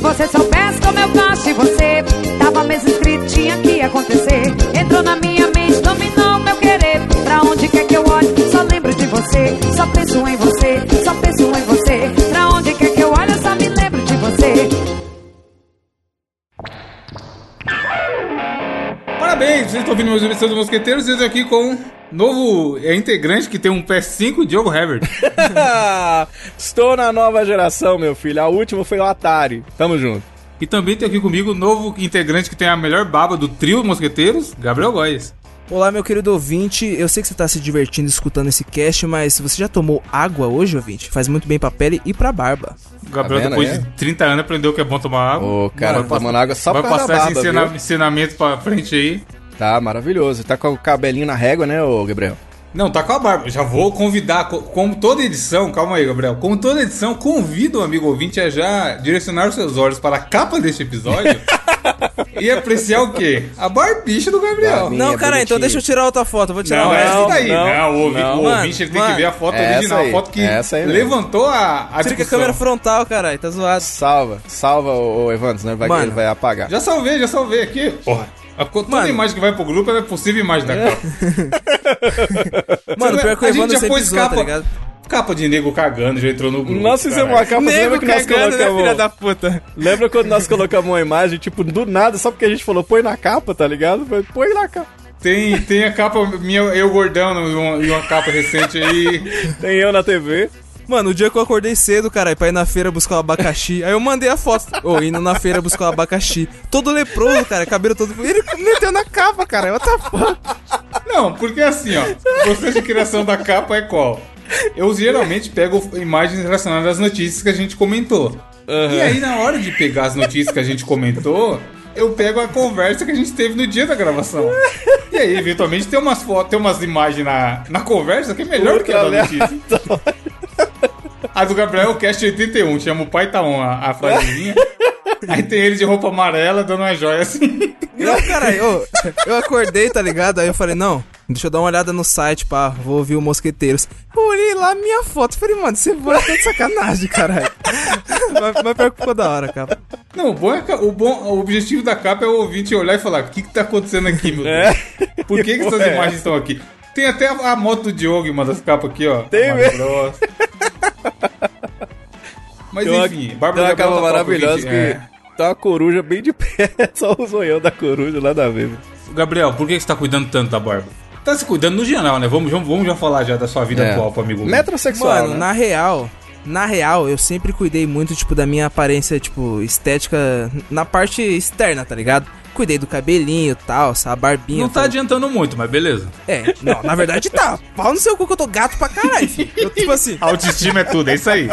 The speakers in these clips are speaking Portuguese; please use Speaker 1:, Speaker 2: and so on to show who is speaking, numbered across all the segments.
Speaker 1: você soubesse como eu gosto de você Tava mesmo escrito, tinha que acontecer Entrou na minha mente, dominou meu querer Pra onde quer que eu olhe, só lembro de você Só penso em você, só penso em você Pra onde quer que eu olhe, eu só me lembro de você
Speaker 2: Parabéns, vocês estão ouvindo mais uma edição do Mosqueteiros, vocês aqui com um novo é, integrante que tem um PS5, Diogo Herbert.
Speaker 3: Estou na nova geração, meu filho. A última foi o Atari. Tamo junto.
Speaker 2: E também tem aqui comigo o novo integrante que tem a melhor baba do trio Mosqueteiros, Gabriel Góes.
Speaker 3: Tá
Speaker 4: Olá, meu querido ouvinte. Eu sei que você tá se divertindo escutando esse cast, mas você já tomou água hoje, ouvinte? Faz muito bem pra pele e pra barba.
Speaker 2: O Gabriel,
Speaker 3: vendo
Speaker 2: depois
Speaker 3: aí? né?
Speaker 2: de 30 anos, aprendeu que é bom tomar água.
Speaker 3: Ô, tá cara,
Speaker 4: Mano,
Speaker 3: tomando água só
Speaker 2: Vai
Speaker 3: pra
Speaker 2: passar
Speaker 3: barba,
Speaker 2: esse ensena-
Speaker 3: viu?
Speaker 2: ensinamento pra frente aí.
Speaker 3: Tá maravilhoso. Tá com o cabelinho na régua, né, ô Gabriel?
Speaker 2: Não, tá com a barba. Já vou convidar, co- como toda edição, calma aí, Gabriel. Como toda edição, convido o amigo ouvinte a já direcionar os seus olhos para a capa deste episódio e apreciar o quê? A barbicha do Gabriel.
Speaker 3: Barbinha.
Speaker 4: Não,
Speaker 3: é
Speaker 4: cara, então
Speaker 3: bonitinho.
Speaker 4: deixa eu tirar outra foto. Vou tirar
Speaker 2: Não, é,
Speaker 4: uma.
Speaker 2: essa
Speaker 3: não,
Speaker 2: daí.
Speaker 3: não,
Speaker 2: o ouvi-
Speaker 3: não.
Speaker 2: o ouvinte
Speaker 4: Mano, é
Speaker 2: ele tem que ver a foto
Speaker 3: essa
Speaker 2: original,
Speaker 3: aí,
Speaker 2: a foto que
Speaker 3: essa aí mesmo.
Speaker 2: levantou a, a
Speaker 4: Tira que a
Speaker 2: discussão.
Speaker 4: câmera frontal, caralho. Tá zoado.
Speaker 3: Salva, salva o, o Evandro, senão ele vai,
Speaker 4: Mano.
Speaker 3: ele vai apagar.
Speaker 2: Já salvei, já salvei aqui. Porra. A, co- toda
Speaker 4: Mano.
Speaker 2: imagem que vai pro grupo ela é possível imagem da capa.
Speaker 4: Mano, pior que o
Speaker 2: é- A gente
Speaker 4: Evandro
Speaker 2: já
Speaker 4: sempre
Speaker 2: pôs
Speaker 4: zoa, tá
Speaker 2: capa-
Speaker 4: ligado? é
Speaker 2: Capa de nego cagando, já entrou no grupo.
Speaker 3: Nós fizemos
Speaker 2: caralho.
Speaker 3: uma capa, você lembra que
Speaker 2: né,
Speaker 3: nós colocamos...
Speaker 4: né, puta?
Speaker 3: Lembra quando nós colocamos uma imagem, tipo, do nada, só porque a gente falou, põe na capa, tá ligado? Foi, Põe na capa.
Speaker 2: Tem, tem a capa minha, eu gordão, e uma, e uma capa recente aí.
Speaker 3: Tem eu na TV.
Speaker 4: Mano, o dia que eu acordei cedo, caralho, pra ir na feira buscar o abacaxi, aí eu mandei a foto. Ô, indo na feira buscar o abacaxi. Todo leproso, cara, cabelo todo. Ele meteu na capa, cara. What the fuck?
Speaker 2: Não, porque assim, ó. O processo de criação da capa é qual? Eu geralmente pego imagens relacionadas às notícias que a gente comentou. E aí, na hora de pegar as notícias que a gente comentou, eu pego a conversa que a gente teve no dia da gravação. E aí, eventualmente, tem umas fotos, tem umas imagens na, na conversa que é melhor do que a da notícia. A do Gabriel é Cast 81, chama o pai tá on, a, a frasezinha. Aí tem ele de roupa amarela dando uma joia assim.
Speaker 4: Não, caralho, ô, eu acordei, tá ligado? Aí eu falei, não, deixa eu dar uma olhada no site, pá, vou ouvir o Mosqueteiros. Eu olhei lá a minha foto, falei, mano, você vai tá de sacanagem, caralho. mas, mas pior que ficou da hora, cara.
Speaker 2: Não, o bom é que- o, bom, o objetivo da capa é o ouvinte olhar e falar: o que, que tá acontecendo aqui, meu Deus?
Speaker 3: É,
Speaker 2: Por que, que essas
Speaker 3: Porra, é
Speaker 2: imagens estão aqui? Tem até a, a moto do Diogo em uma das capas aqui, ó.
Speaker 3: Tem
Speaker 4: Tá
Speaker 2: Uma
Speaker 3: mesmo.
Speaker 2: grossa. Mas
Speaker 3: Tem uma-
Speaker 2: enfim,
Speaker 3: tem
Speaker 2: Bárbara
Speaker 3: uma
Speaker 2: Gabriel
Speaker 3: capa
Speaker 2: tá top,
Speaker 3: maravilhosa
Speaker 2: gente.
Speaker 3: que tá uma coruja bem de pé, só o zoião da coruja, nada a ver. velho.
Speaker 2: É. Gabriel, por que que você tá cuidando tanto da barba? Tá se cuidando no geral, né? Vamos, vamos, vamos já falar já da sua vida
Speaker 3: É.
Speaker 2: atual pro amigo. ouvinte.
Speaker 3: Metrosexual,
Speaker 4: Mano,
Speaker 3: né?
Speaker 4: na real, na real, eu sempre cuidei muito, tipo, da minha aparência, tipo, estética, na parte externa, tá ligado? Cuidei do cabelinho e tal, essa barbinha.
Speaker 2: Não tá
Speaker 4: falei,
Speaker 2: adiantando muito, mas beleza.
Speaker 4: É, não, na verdade tá. Pau no seu cu que eu tô gato pra caralho, filho. Eu, tipo assim.
Speaker 2: Autoestima é tudo, é isso aí.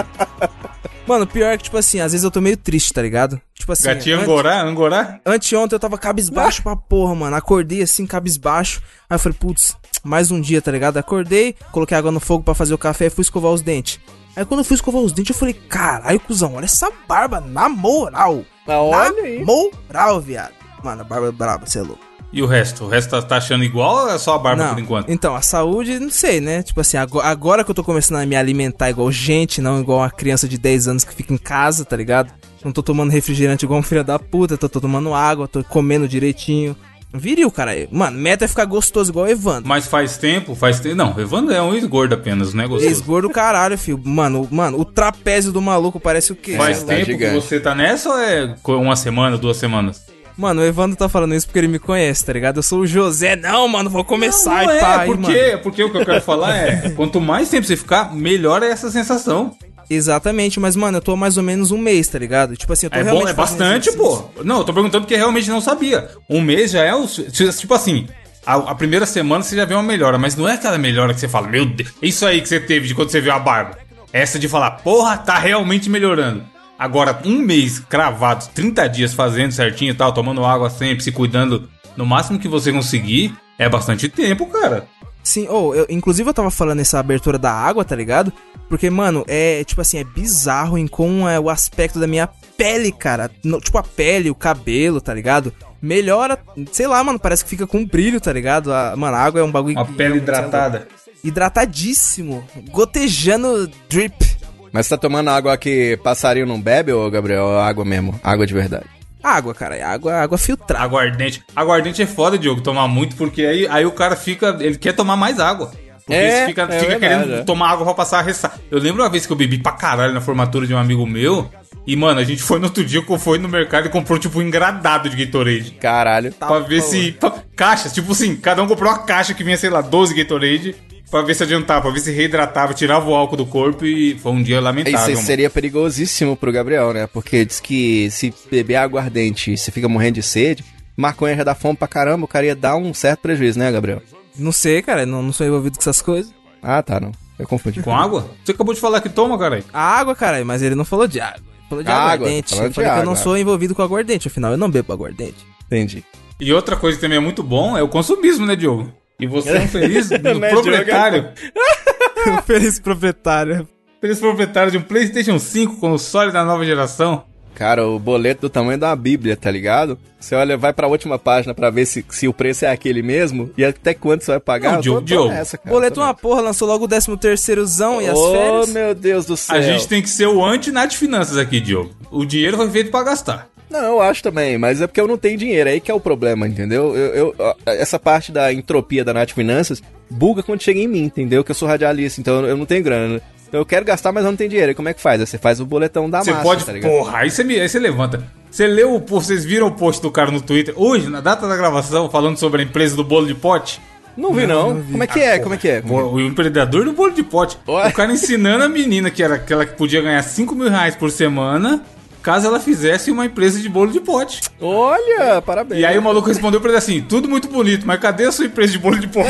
Speaker 4: Mano, pior que, tipo assim, às vezes eu tô meio triste, tá ligado? Tipo assim.
Speaker 2: Gatinho
Speaker 4: antes-
Speaker 2: angorá, angorá.
Speaker 4: Anteontem eu tava cabisbaixo pra porra, mano. Acordei assim, cabisbaixo. Aí eu falei, putz, mais um dia, tá ligado? Acordei, coloquei água no fogo pra fazer o café e fui escovar os dentes. Aí quando eu fui escovar os dentes, eu falei, caralho, cuzão, olha essa barba, na moral.
Speaker 3: Na
Speaker 4: na
Speaker 3: olha aí.
Speaker 4: moral, viado. Mano, a barba é braba, você é louco.
Speaker 2: E o resto? O resto tá, tá achando igual ou é só a barba
Speaker 4: não,
Speaker 2: por enquanto?
Speaker 4: então, a saúde, não sei, né? Tipo assim, ago- agora, que eu tô começando a me alimentar igual gente, não igual uma criança de 10 anos que fica em casa, tá ligado? Não tô tomando refrigerante igual um filho da puta, tô, tô tomando água, tô comendo direitinho. Viril, cara. Mano, meta é ficar gostoso igual o Evandro.
Speaker 2: Mas faz tempo, faz tempo. Não, o Evandro é um ex-gordo apenas, né, gostoso?
Speaker 4: Esgordo caralho, filho. Mano, o- mano, o trapézio do maluco parece o quê?
Speaker 2: Faz
Speaker 3: tá
Speaker 2: tempo que
Speaker 3: gigante.
Speaker 2: você tá nessa ou é co- uma semana, duas semanas?
Speaker 4: Mano, o Evandro tá falando isso porque ele me conhece, tá ligado? Eu sou o José. Não, mano, vou começar
Speaker 2: não
Speaker 4: e pá,
Speaker 2: é,
Speaker 4: e,
Speaker 2: porque, porque o que eu quero falar é, quanto mais tempo você ficar, melhor é essa sensação.
Speaker 4: Exatamente, mas, mano, eu tô há mais ou menos um mês, tá ligado? Tipo assim, eu tô
Speaker 2: É
Speaker 4: realmente
Speaker 2: bom, é
Speaker 4: fazendo
Speaker 2: bastante,
Speaker 4: exercício.
Speaker 2: pô. Não, eu tô perguntando porque realmente não sabia. Um mês já é o. su- Tipo assim, a, a primeira semana você já vê uma melhora, mas não é aquela melhora que você fala, meu Deus, isso aí que você teve de quando você viu a barba. Essa de falar, porra, tá realmente melhorando. Agora, um mês cravado, 30 dias fazendo certinho e tal, tomando água sempre, se cuidando no máximo que você conseguir, é bastante tempo, cara.
Speaker 4: Sim, ou eu inclusive eu tava falando essa abertura da água, tá ligado? Porque, mano, é tipo assim, é bizarro em como é o aspecto da minha pele, cara. No- tipo a pele, o cabelo, tá ligado? Melhora, sei lá, mano, parece que fica com brilho, tá ligado? A, mano, a água é um bagulho.
Speaker 2: Uma
Speaker 4: que-
Speaker 2: pele hidratada.
Speaker 4: Hidratadíssimo. Gotejando drip.
Speaker 3: Mas você tá tomando água que passarinho não bebe, ô Gabriel? Ou Água mesmo, água de verdade.
Speaker 4: Água, cara, é água, água filtrada.
Speaker 2: Aguardente. Aguardente é foda, Diogo, tomar muito, porque aí, aí o cara fica. Ele quer tomar mais água. Porque
Speaker 3: É,
Speaker 2: você fica,
Speaker 3: é
Speaker 2: fica
Speaker 3: verdade,
Speaker 2: querendo
Speaker 3: é.
Speaker 2: tomar água pra passar a ressaca. Eu lembro uma vez que eu bebi pra caralho na formatura de um amigo meu. E, mano, a gente foi no outro dia, que foi no mercado e comprou, tipo, um engradado de Gatorade.
Speaker 3: Caralho.
Speaker 2: pra ver se. pra- caixas, tipo assim, cada um comprou uma caixa que vinha, sei lá, 12 Gatorade. Pra ver se adiantava, pra ver se reidratava, tirava o álcool do corpo e foi um dia lamentável.
Speaker 3: Isso aí
Speaker 2: mano.
Speaker 3: seria perigosíssimo pro Gabriel, né? Porque diz que se beber aguardente e você fica morrendo de sede, maconha já dá fome pra caramba, o cara ia dar um certo prejuízo, né, Gabriel?
Speaker 4: Não sei, cara, não, não sou envolvido com essas coisas.
Speaker 3: Ah, tá, não. Eu confundi.
Speaker 2: Com água? Você acabou de falar que toma, cara.
Speaker 4: A água, cara, mas ele não falou de água. Ele Falou de
Speaker 3: Água,
Speaker 4: aguardente.
Speaker 3: tô
Speaker 4: Eu
Speaker 3: falando
Speaker 4: falei
Speaker 3: de
Speaker 4: que eu não
Speaker 3: água.
Speaker 4: sou envolvido com aguardente, afinal, eu não bebo aguardente.
Speaker 3: Entendi.
Speaker 2: E outra coisa que também é muito bom é o consumismo, né, Diogo? E você é um feliz
Speaker 3: Né, Diogo?
Speaker 2: proprietário.
Speaker 4: Feliz proprietário.
Speaker 2: Feliz proprietário de um PlayStation 5, console da nova geração.
Speaker 3: Cara, o boleto do tamanho da Bíblia, tá ligado? Você olha, vai pra última página pra ver se, se o preço é aquele mesmo e até quanto você vai pagar.
Speaker 2: Não,
Speaker 3: Eu
Speaker 2: Diogo, Diogo.
Speaker 3: nessa, cara,
Speaker 4: Boleto é
Speaker 3: tô
Speaker 4: uma porra, lançou logo o 13 terceirozão e as
Speaker 3: oh,
Speaker 4: férias.
Speaker 3: meu Deus do céu.
Speaker 2: A gente tem que ser o anti-Nat Finanças aqui, Diogo. O dinheiro foi feito pra gastar.
Speaker 3: Não, eu acho também, mas é porque eu não tenho dinheiro, aí que é o problema, entendeu? Eu, eu- ó, essa parte da entropia da Nath Finanças buga quando chega em mim, entendeu? Que eu sou radialista, então eu não tenho grana. Então eu quero gastar, mas eu não tenho dinheiro. E como é que faz? Aí Você faz o boletão da
Speaker 2: Você
Speaker 3: massa,
Speaker 2: pode.
Speaker 3: tá ligado?
Speaker 2: porra, aí você, me- aí você levanta. Você leu o post, vocês viram o post do cara no Twitter hoje, na data da gravação, falando sobre a empresa do bolo de pote?
Speaker 3: Não vi, não. Como é que é?
Speaker 2: Ah,
Speaker 3: Como é que é?
Speaker 2: porra, O empreendedor do bolo de pote.
Speaker 3: Ué.
Speaker 2: O cara ensinando a menina que era aquela que podia ganhar 5 mil reais por semana caso ela fizesse uma empresa de bolo de pote.
Speaker 3: Olha, parabéns.
Speaker 2: E aí o maluco respondeu pra ele assim: tudo muito bonito, mas cadê a sua empresa de bolo de pote?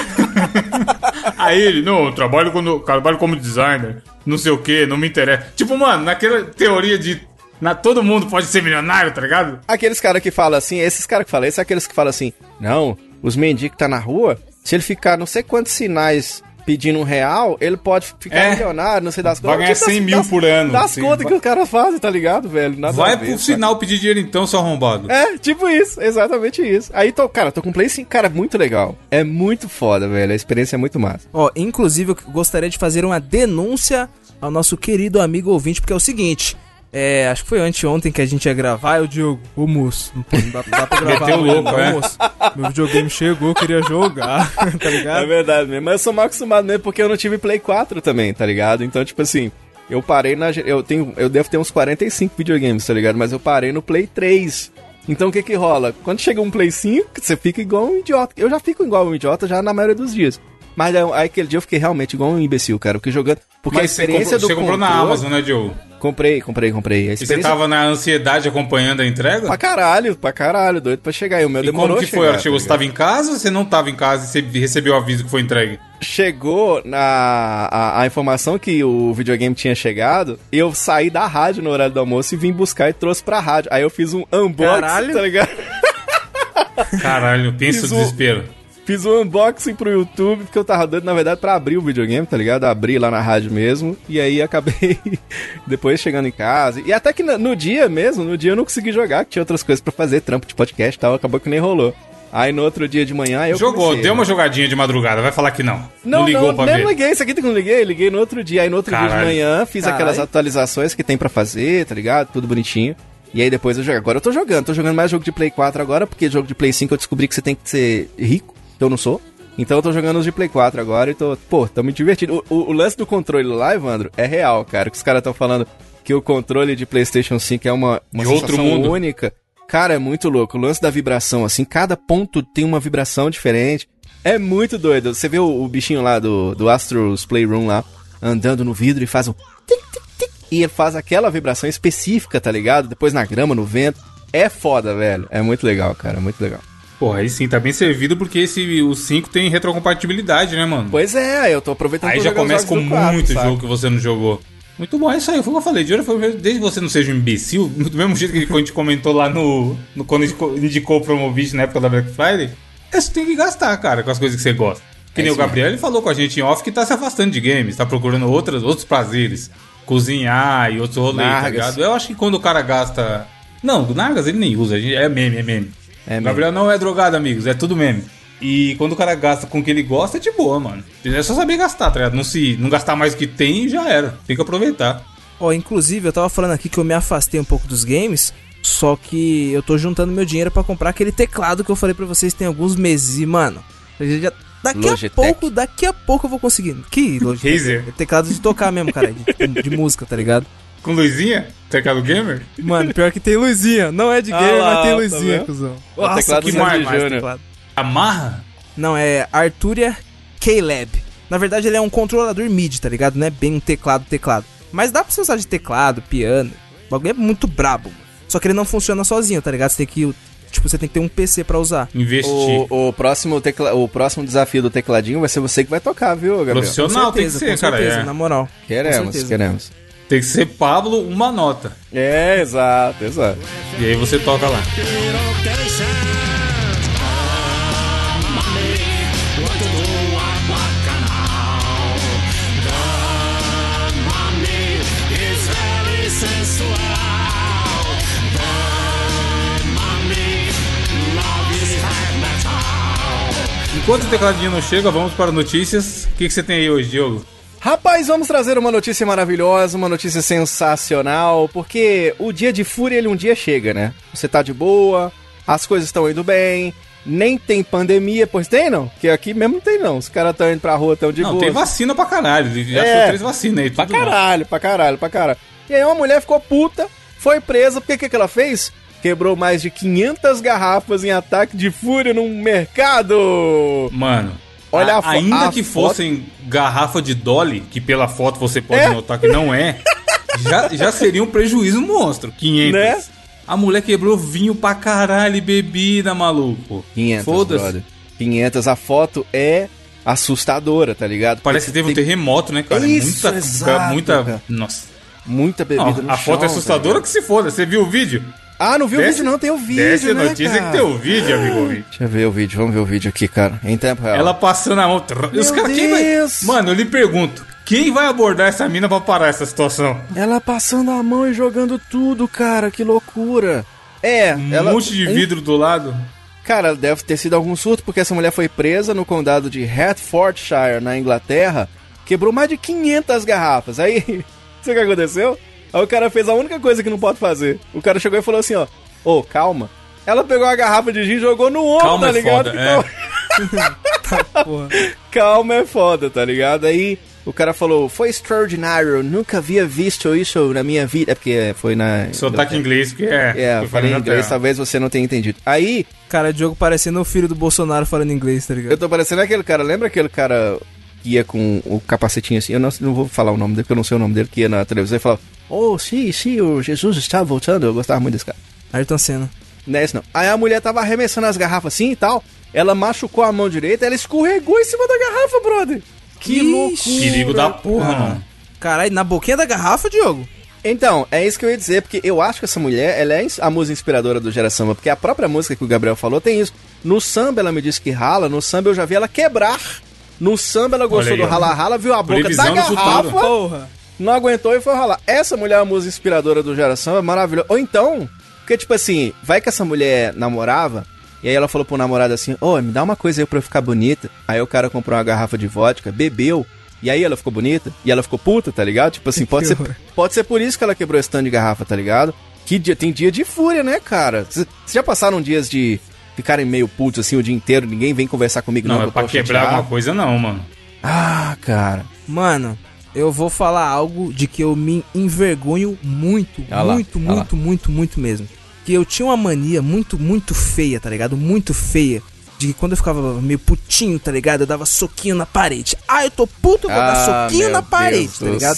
Speaker 2: aí ele, não, eu trabalho, quando, trabalho como designer, não sei o que, não me interessa. Tipo, mano, naquela teoria de na, todo mundo pode ser milionário, tá ligado?
Speaker 3: Aqueles caras que falam assim, esses caras que falam isso, aqueles que falam assim, não, os mendigos que tá na rua, se ele ficar não sei quantos sinais pedindo um real, ele pode ficar
Speaker 2: É.
Speaker 3: milionário, não sei das
Speaker 2: Vai ganhar
Speaker 3: Tipo,
Speaker 2: 100 mil por ano,
Speaker 3: Das
Speaker 2: assim.
Speaker 3: contas
Speaker 2: Vai-
Speaker 3: que os caras fazem, tá ligado, velho? Nada a
Speaker 2: Vai
Speaker 3: ver,
Speaker 2: pro
Speaker 3: saca?
Speaker 2: sinal pedir dinheiro então, seu arrombado.
Speaker 3: É, tipo isso, exatamente isso. Aí, tô, cara, tô com um Play 5, cara, muito legal. É muito foda, velho, a experiência é muito massa.
Speaker 4: Ó, inclusive, eu gostaria de fazer uma denúncia ao nosso querido amigo ouvinte, porque é o seguinte. É, acho que foi anteontem que a gente ia gravar, e o Diogo, ô moço, não, pô, não dá, não dá pra gravar.
Speaker 2: Meteu
Speaker 4: não,
Speaker 2: louco,
Speaker 4: ô,
Speaker 2: né?
Speaker 4: moço, meu videogame chegou, eu queria jogar, tá
Speaker 2: É
Speaker 4: ligado?
Speaker 3: É verdade mesmo, mas eu sou mal acostumado mesmo porque eu não tive Play 4 também, tá ligado? Então, tipo assim, eu parei na. ge- Eu, tenho, eu devo ter uns 45 videogames, tá ligado? Mas eu parei no Play 3. Então o que que rola? Quando chega um Play 5, você fica igual um idiota. Eu já fico igual um idiota já na maioria dos dias. Mas aí, aí aquele dia eu fiquei realmente igual um imbecil, cara, porque jogando. Porque a
Speaker 2: Mas você
Speaker 3: experiência
Speaker 2: comprou,
Speaker 3: do
Speaker 2: você comprou na
Speaker 3: controle-
Speaker 2: Amazon, né, Diogo?
Speaker 3: Comprei, comprei, comprei. A
Speaker 2: E você
Speaker 3: experiência
Speaker 2: tava na ansiedade acompanhando a entrega?
Speaker 3: Pra caralho, pra caralho, doido pra chegar. E o meu
Speaker 2: E
Speaker 3: demorou
Speaker 2: como que
Speaker 3: a
Speaker 2: foi?
Speaker 3: chegar,
Speaker 2: Ela chegou,
Speaker 3: tá
Speaker 2: você tava em casa ou você não tava em casa e você recebeu o aviso que foi entregue?
Speaker 3: ligado? Chegou na, a, a informação que o videogame tinha chegado, eu saí da rádio no horário do almoço e vim buscar e trouxe pra rádio. Aí eu fiz um unboxing,
Speaker 4: Caralho.
Speaker 3: tá ligado?
Speaker 2: Caralho, pensa o
Speaker 3: Isso-
Speaker 2: desespero.
Speaker 3: Fiz um unboxing pro YouTube, porque eu tava doido, na verdade, pra abrir o videogame, tá ligado? Abri lá na rádio mesmo. E aí acabei depois chegando em casa. E até que no, no dia mesmo, no dia eu não consegui jogar, que tinha outras coisas pra fazer, trampo de podcast e tal, acabou que nem rolou. Aí no outro dia de manhã eu
Speaker 2: Jogou,
Speaker 3: comecei,
Speaker 2: deu
Speaker 3: né?
Speaker 2: uma jogadinha de madrugada, vai falar que não.
Speaker 3: Não,
Speaker 2: Não,
Speaker 3: não,
Speaker 2: ligou pra
Speaker 3: nem
Speaker 2: ver.
Speaker 3: liguei. Isso aqui que eu não liguei, liguei no outro dia. Aí no outro dia de
Speaker 2: Caralho.
Speaker 3: manhã fiz
Speaker 4: Caralho.
Speaker 3: aquelas atualizações que tem pra fazer, tá ligado? Tudo bonitinho. E aí depois eu jogo. Agora eu tô jogando, tô jogando mais jogo de Play 4 agora, porque jogo de Play 5 eu descobri que você tem que ser rico, que eu não sou. Então eu tô jogando os de Play 4 agora e tô, pô, tô me divertindo. O, o- o lance do controle lá, Evandro, é real, cara. Que os caras tão falando que o controle de PlayStation 5 é uma, uma
Speaker 2: De outro
Speaker 3: sensação
Speaker 2: mundo.
Speaker 3: única. Cara, é muito louco. O lance da vibração, assim, cada ponto tem uma vibração diferente. É muito doido. Você vê o, o bichinho lá do, do Astros Playroom lá, andando no vidro e faz um tic, tic, tic. E ele faz aquela vibração específica, tá ligado? Depois na grama, no vento. É foda, velho. É muito legal, cara. É muito legal.
Speaker 2: Porra, aí sim, tá bem servido porque esse, o 5 tem retrocompatibilidade, né, mano?
Speaker 3: Pois é, eu tô aproveitando
Speaker 2: aí
Speaker 3: pra
Speaker 2: já
Speaker 3: jogar os
Speaker 2: começa com
Speaker 3: jogos do quatro,
Speaker 2: muito
Speaker 3: saca?
Speaker 2: jogo que você não jogou. Muito bom, é isso aí. Foi o que eu falei. De olho, foi mesmo, desde que você não seja um imbecil, do mesmo jeito que a gente comentou lá no. no- quando indicou, indicou o Promovit na época da Black Friday, é, você tem que gastar, cara, com as coisas que você gosta. Que
Speaker 3: É
Speaker 2: nem o
Speaker 3: isso mesmo.
Speaker 2: Gabriel ele falou com a gente em off que tá se afastando de games, tá procurando outras, outros prazeres. Cozinhar e outros rolês, tá
Speaker 3: Nargas.
Speaker 2: ligado? Eu acho que quando o cara gasta. Não, do Nargas ele nem usa, a gente- é meme, é meme.
Speaker 3: É meme.
Speaker 2: Gabriel não é drogado, amigos, é tudo meme. E quando o cara gasta com o que ele gosta, é de boa, mano. É só saber gastar, tá ligado? Não, se, não gastar mais do que tem, já era. Tem que aproveitar.
Speaker 4: Ó, inclusive, eu tava falando aqui que eu me afastei um pouco dos games, só que eu tô juntando meu dinheiro pra comprar aquele teclado que eu falei pra vocês tem alguns meses. E, mano, eu já- daqui
Speaker 3: Logitech.
Speaker 4: a pouco, daqui a pouco eu vou conseguir. Que Logitech?
Speaker 2: Razer.
Speaker 4: É teclado de tocar mesmo, cara, de, de música, tá ligado?
Speaker 2: Com luzinha? Teclado gamer?
Speaker 4: Mano, pior que tem luzinha. Não é de
Speaker 3: Ah
Speaker 4: gamer,
Speaker 3: lá,
Speaker 4: mas tem
Speaker 3: tá
Speaker 4: luzinha,
Speaker 3: vendo?
Speaker 4: cuzão. É
Speaker 3: O teclado
Speaker 2: que
Speaker 3: do Sandy
Speaker 2: mais, mais
Speaker 3: Júnior.
Speaker 4: teclado.
Speaker 2: Amarra?
Speaker 4: Não, é Arturia K-Lab. Na verdade, ele é um controlador MIDI, tá ligado? Não é bem um teclado, teclado. Mas dá pra você usar de teclado, piano. O bagulho é muito brabo, mano. Só que ele não funciona sozinho, tá ligado? Você tem que. Tipo, você tem que ter um PC pra usar.
Speaker 2: Investir.
Speaker 3: O, o próximo tecla... o próximo desafio do tecladinho vai ser você que vai tocar, viu, Gabriel?
Speaker 4: Com
Speaker 2: Profissional
Speaker 4: certeza,
Speaker 2: tem que
Speaker 4: com
Speaker 2: ser, cara.
Speaker 4: certeza,
Speaker 2: é.
Speaker 4: na moral. Com
Speaker 3: Queremos,
Speaker 4: certeza.
Speaker 3: queremos.
Speaker 2: Tem que ser Pablo, uma nota.
Speaker 3: É, exato, exato.
Speaker 2: E aí você toca lá. Enquanto o tecladinho não chega, vamos para notícias. O que, que você tem aí hoje, Diogo?
Speaker 3: Rapaz, vamos trazer uma notícia maravilhosa, uma notícia sensacional, porque o dia de fúria, ele um dia chega, né? Você tá de boa, as coisas estão indo bem, nem tem pandemia, pois tem não? Que aqui mesmo não tem não, os caras estão indo pra rua, tão de
Speaker 2: não,
Speaker 3: boa.
Speaker 2: tem vacina pra caralho. Já
Speaker 3: É.
Speaker 2: são três vacinas aí.
Speaker 3: Pra
Speaker 2: tudo bom.
Speaker 3: caralho, pra caralho, pra caralho. E aí uma mulher ficou puta, foi presa, porque o que, que ela fez? Quebrou mais de 500 garrafas em ataque de fúria num mercado!
Speaker 2: Mano.
Speaker 3: Olha
Speaker 2: a-
Speaker 3: a fo-
Speaker 2: Ah, Ainda
Speaker 3: a
Speaker 2: que
Speaker 3: foto-
Speaker 2: fossem garrafa de Dolly, que pela foto você pode
Speaker 3: É?
Speaker 2: notar que não é, já, já seria um prejuízo monstro. 500.
Speaker 3: Né?
Speaker 2: A mulher quebrou vinho pra caralho e bebida, maluco.
Speaker 3: 500,
Speaker 2: Foda-se.
Speaker 3: brother. 500, a foto é assustadora, tá ligado?
Speaker 2: Parece que teve um terremoto, né, cara?
Speaker 3: Isso,
Speaker 2: muita,
Speaker 3: exato,
Speaker 2: muita.
Speaker 3: cara.
Speaker 2: Nossa.
Speaker 3: Muita
Speaker 2: Não,
Speaker 3: bebida no
Speaker 2: a foto é
Speaker 3: chão,
Speaker 2: assustadora
Speaker 3: tá
Speaker 2: que se foda. Você viu o vídeo?
Speaker 3: ligado? Ah, não viu o
Speaker 2: Desce-
Speaker 3: vídeo não, tem o vídeo,
Speaker 2: Desce
Speaker 3: né,
Speaker 2: notícia
Speaker 3: cara?
Speaker 2: que tem o vídeo, amigo.
Speaker 3: Deixa eu ver o vídeo, vamos ver o vídeo aqui, cara. Em tempo real.
Speaker 2: Ela passando a mão. trrr, Os caras, quem vai.
Speaker 3: Deus.
Speaker 2: Mano, eu lhe pergunto: quem vai abordar essa mina pra parar essa situação?
Speaker 3: Ela passando a mão e jogando tudo, cara, que loucura. É,
Speaker 2: Um
Speaker 3: ela...
Speaker 2: monte de
Speaker 3: um-
Speaker 2: vidro do lado.
Speaker 3: Cara, deve ter sido algum surto, porque essa mulher foi presa no condado de Hertfordshire, na Inglaterra. Quebrou mais de 500 garrafas. Aí, sabe o que aconteceu? Aí o cara fez a única coisa que não pode fazer. O cara chegou e falou assim, ó... Ô, calma. Ela pegou a garrafa de gin e jogou no ombro,
Speaker 2: Calma é
Speaker 3: tá ligado?
Speaker 2: foda, é. Tá,
Speaker 3: Então-
Speaker 4: Porra.
Speaker 3: Calma é foda, tá ligado? Aí o cara falou, foi extraordinário, nunca havia visto isso na minha vida. É porque foi na...
Speaker 2: Sotaque inglês, que é.
Speaker 3: É, eu falei em inglês, talvez você não tenha entendido. Aí,
Speaker 4: Cara, Diogo parecendo o filho do Bolsonaro falando inglês, tá
Speaker 3: eu
Speaker 4: ligado?
Speaker 3: tô parecendo aquele cara, lembra aquele cara que ia com o capacetinho assim? Eu não, não vou falar o nome dele, porque eu não sei o nome dele, que ia na televisão e falava, oh, sim, sim, o Jesus está voltando, eu gostava muito desse cara.
Speaker 4: Ayrton Senna.
Speaker 3: Não é isso não. Aí a mulher tava arremessando as garrafas assim e tal, ela machucou a mão direita, ela escorregou em cima da garrafa, brother. Que
Speaker 4: Ixi.
Speaker 3: loucura.
Speaker 2: Perigo da porra,
Speaker 3: Ah,
Speaker 2: mano.
Speaker 4: Caralho, na boquinha da garrafa, Diogo?
Speaker 3: Então, é isso que eu ia dizer, porque eu acho que essa mulher, ela é ins- a musa inspiradora do Gera Samba, porque a própria música que o Gabriel falou tem isso. No samba ela me disse que rala, no samba eu já vi ela quebrar. No samba ela
Speaker 2: Olha
Speaker 3: gostou
Speaker 2: aí,
Speaker 3: do
Speaker 2: ó.
Speaker 3: rala-rala, viu a boca
Speaker 2: Previsão
Speaker 3: da
Speaker 2: do futuro.
Speaker 3: garrafa,
Speaker 4: Porra.
Speaker 3: não aguentou e foi ralar. Essa mulher é a musa inspiradora do Gera Samba, maravilhosa. Ou então, porque tipo assim, vai que essa mulher namorava, e aí ela falou pro namorado assim, ô, me dá uma coisa aí pra eu ficar bonita. Aí o cara comprou uma garrafa de vodka, bebeu, e aí ela ficou bonita, e ela ficou puta, tá ligado? Tipo assim, pode ser,
Speaker 4: horror.
Speaker 3: pode ser por isso que ela quebrou esse tanto de garrafa, tá ligado? Que dia, tem dia de fúria, né, cara? Vocês já passaram dias de ficarem meio putos assim o dia inteiro, ninguém vem conversar comigo
Speaker 2: Não,
Speaker 3: que
Speaker 2: é
Speaker 3: eu
Speaker 2: pra
Speaker 3: posso
Speaker 2: quebrar
Speaker 3: chatear?
Speaker 2: alguma coisa, não, mano.
Speaker 3: Ah, cara.
Speaker 4: Mano, eu vou falar algo de que eu me envergonho muito,
Speaker 3: Ah lá,
Speaker 4: muito,
Speaker 3: ah lá.
Speaker 4: muito, muito, muito mesmo. Que eu tinha uma mania muito, muito feia, tá ligado? Muito feia. De que quando eu ficava meio putinho, tá ligado? Eu dava soquinho na parede. Ah, eu tô puto, eu vou
Speaker 3: Ah,
Speaker 4: dar soquinho na parede, tá ligado?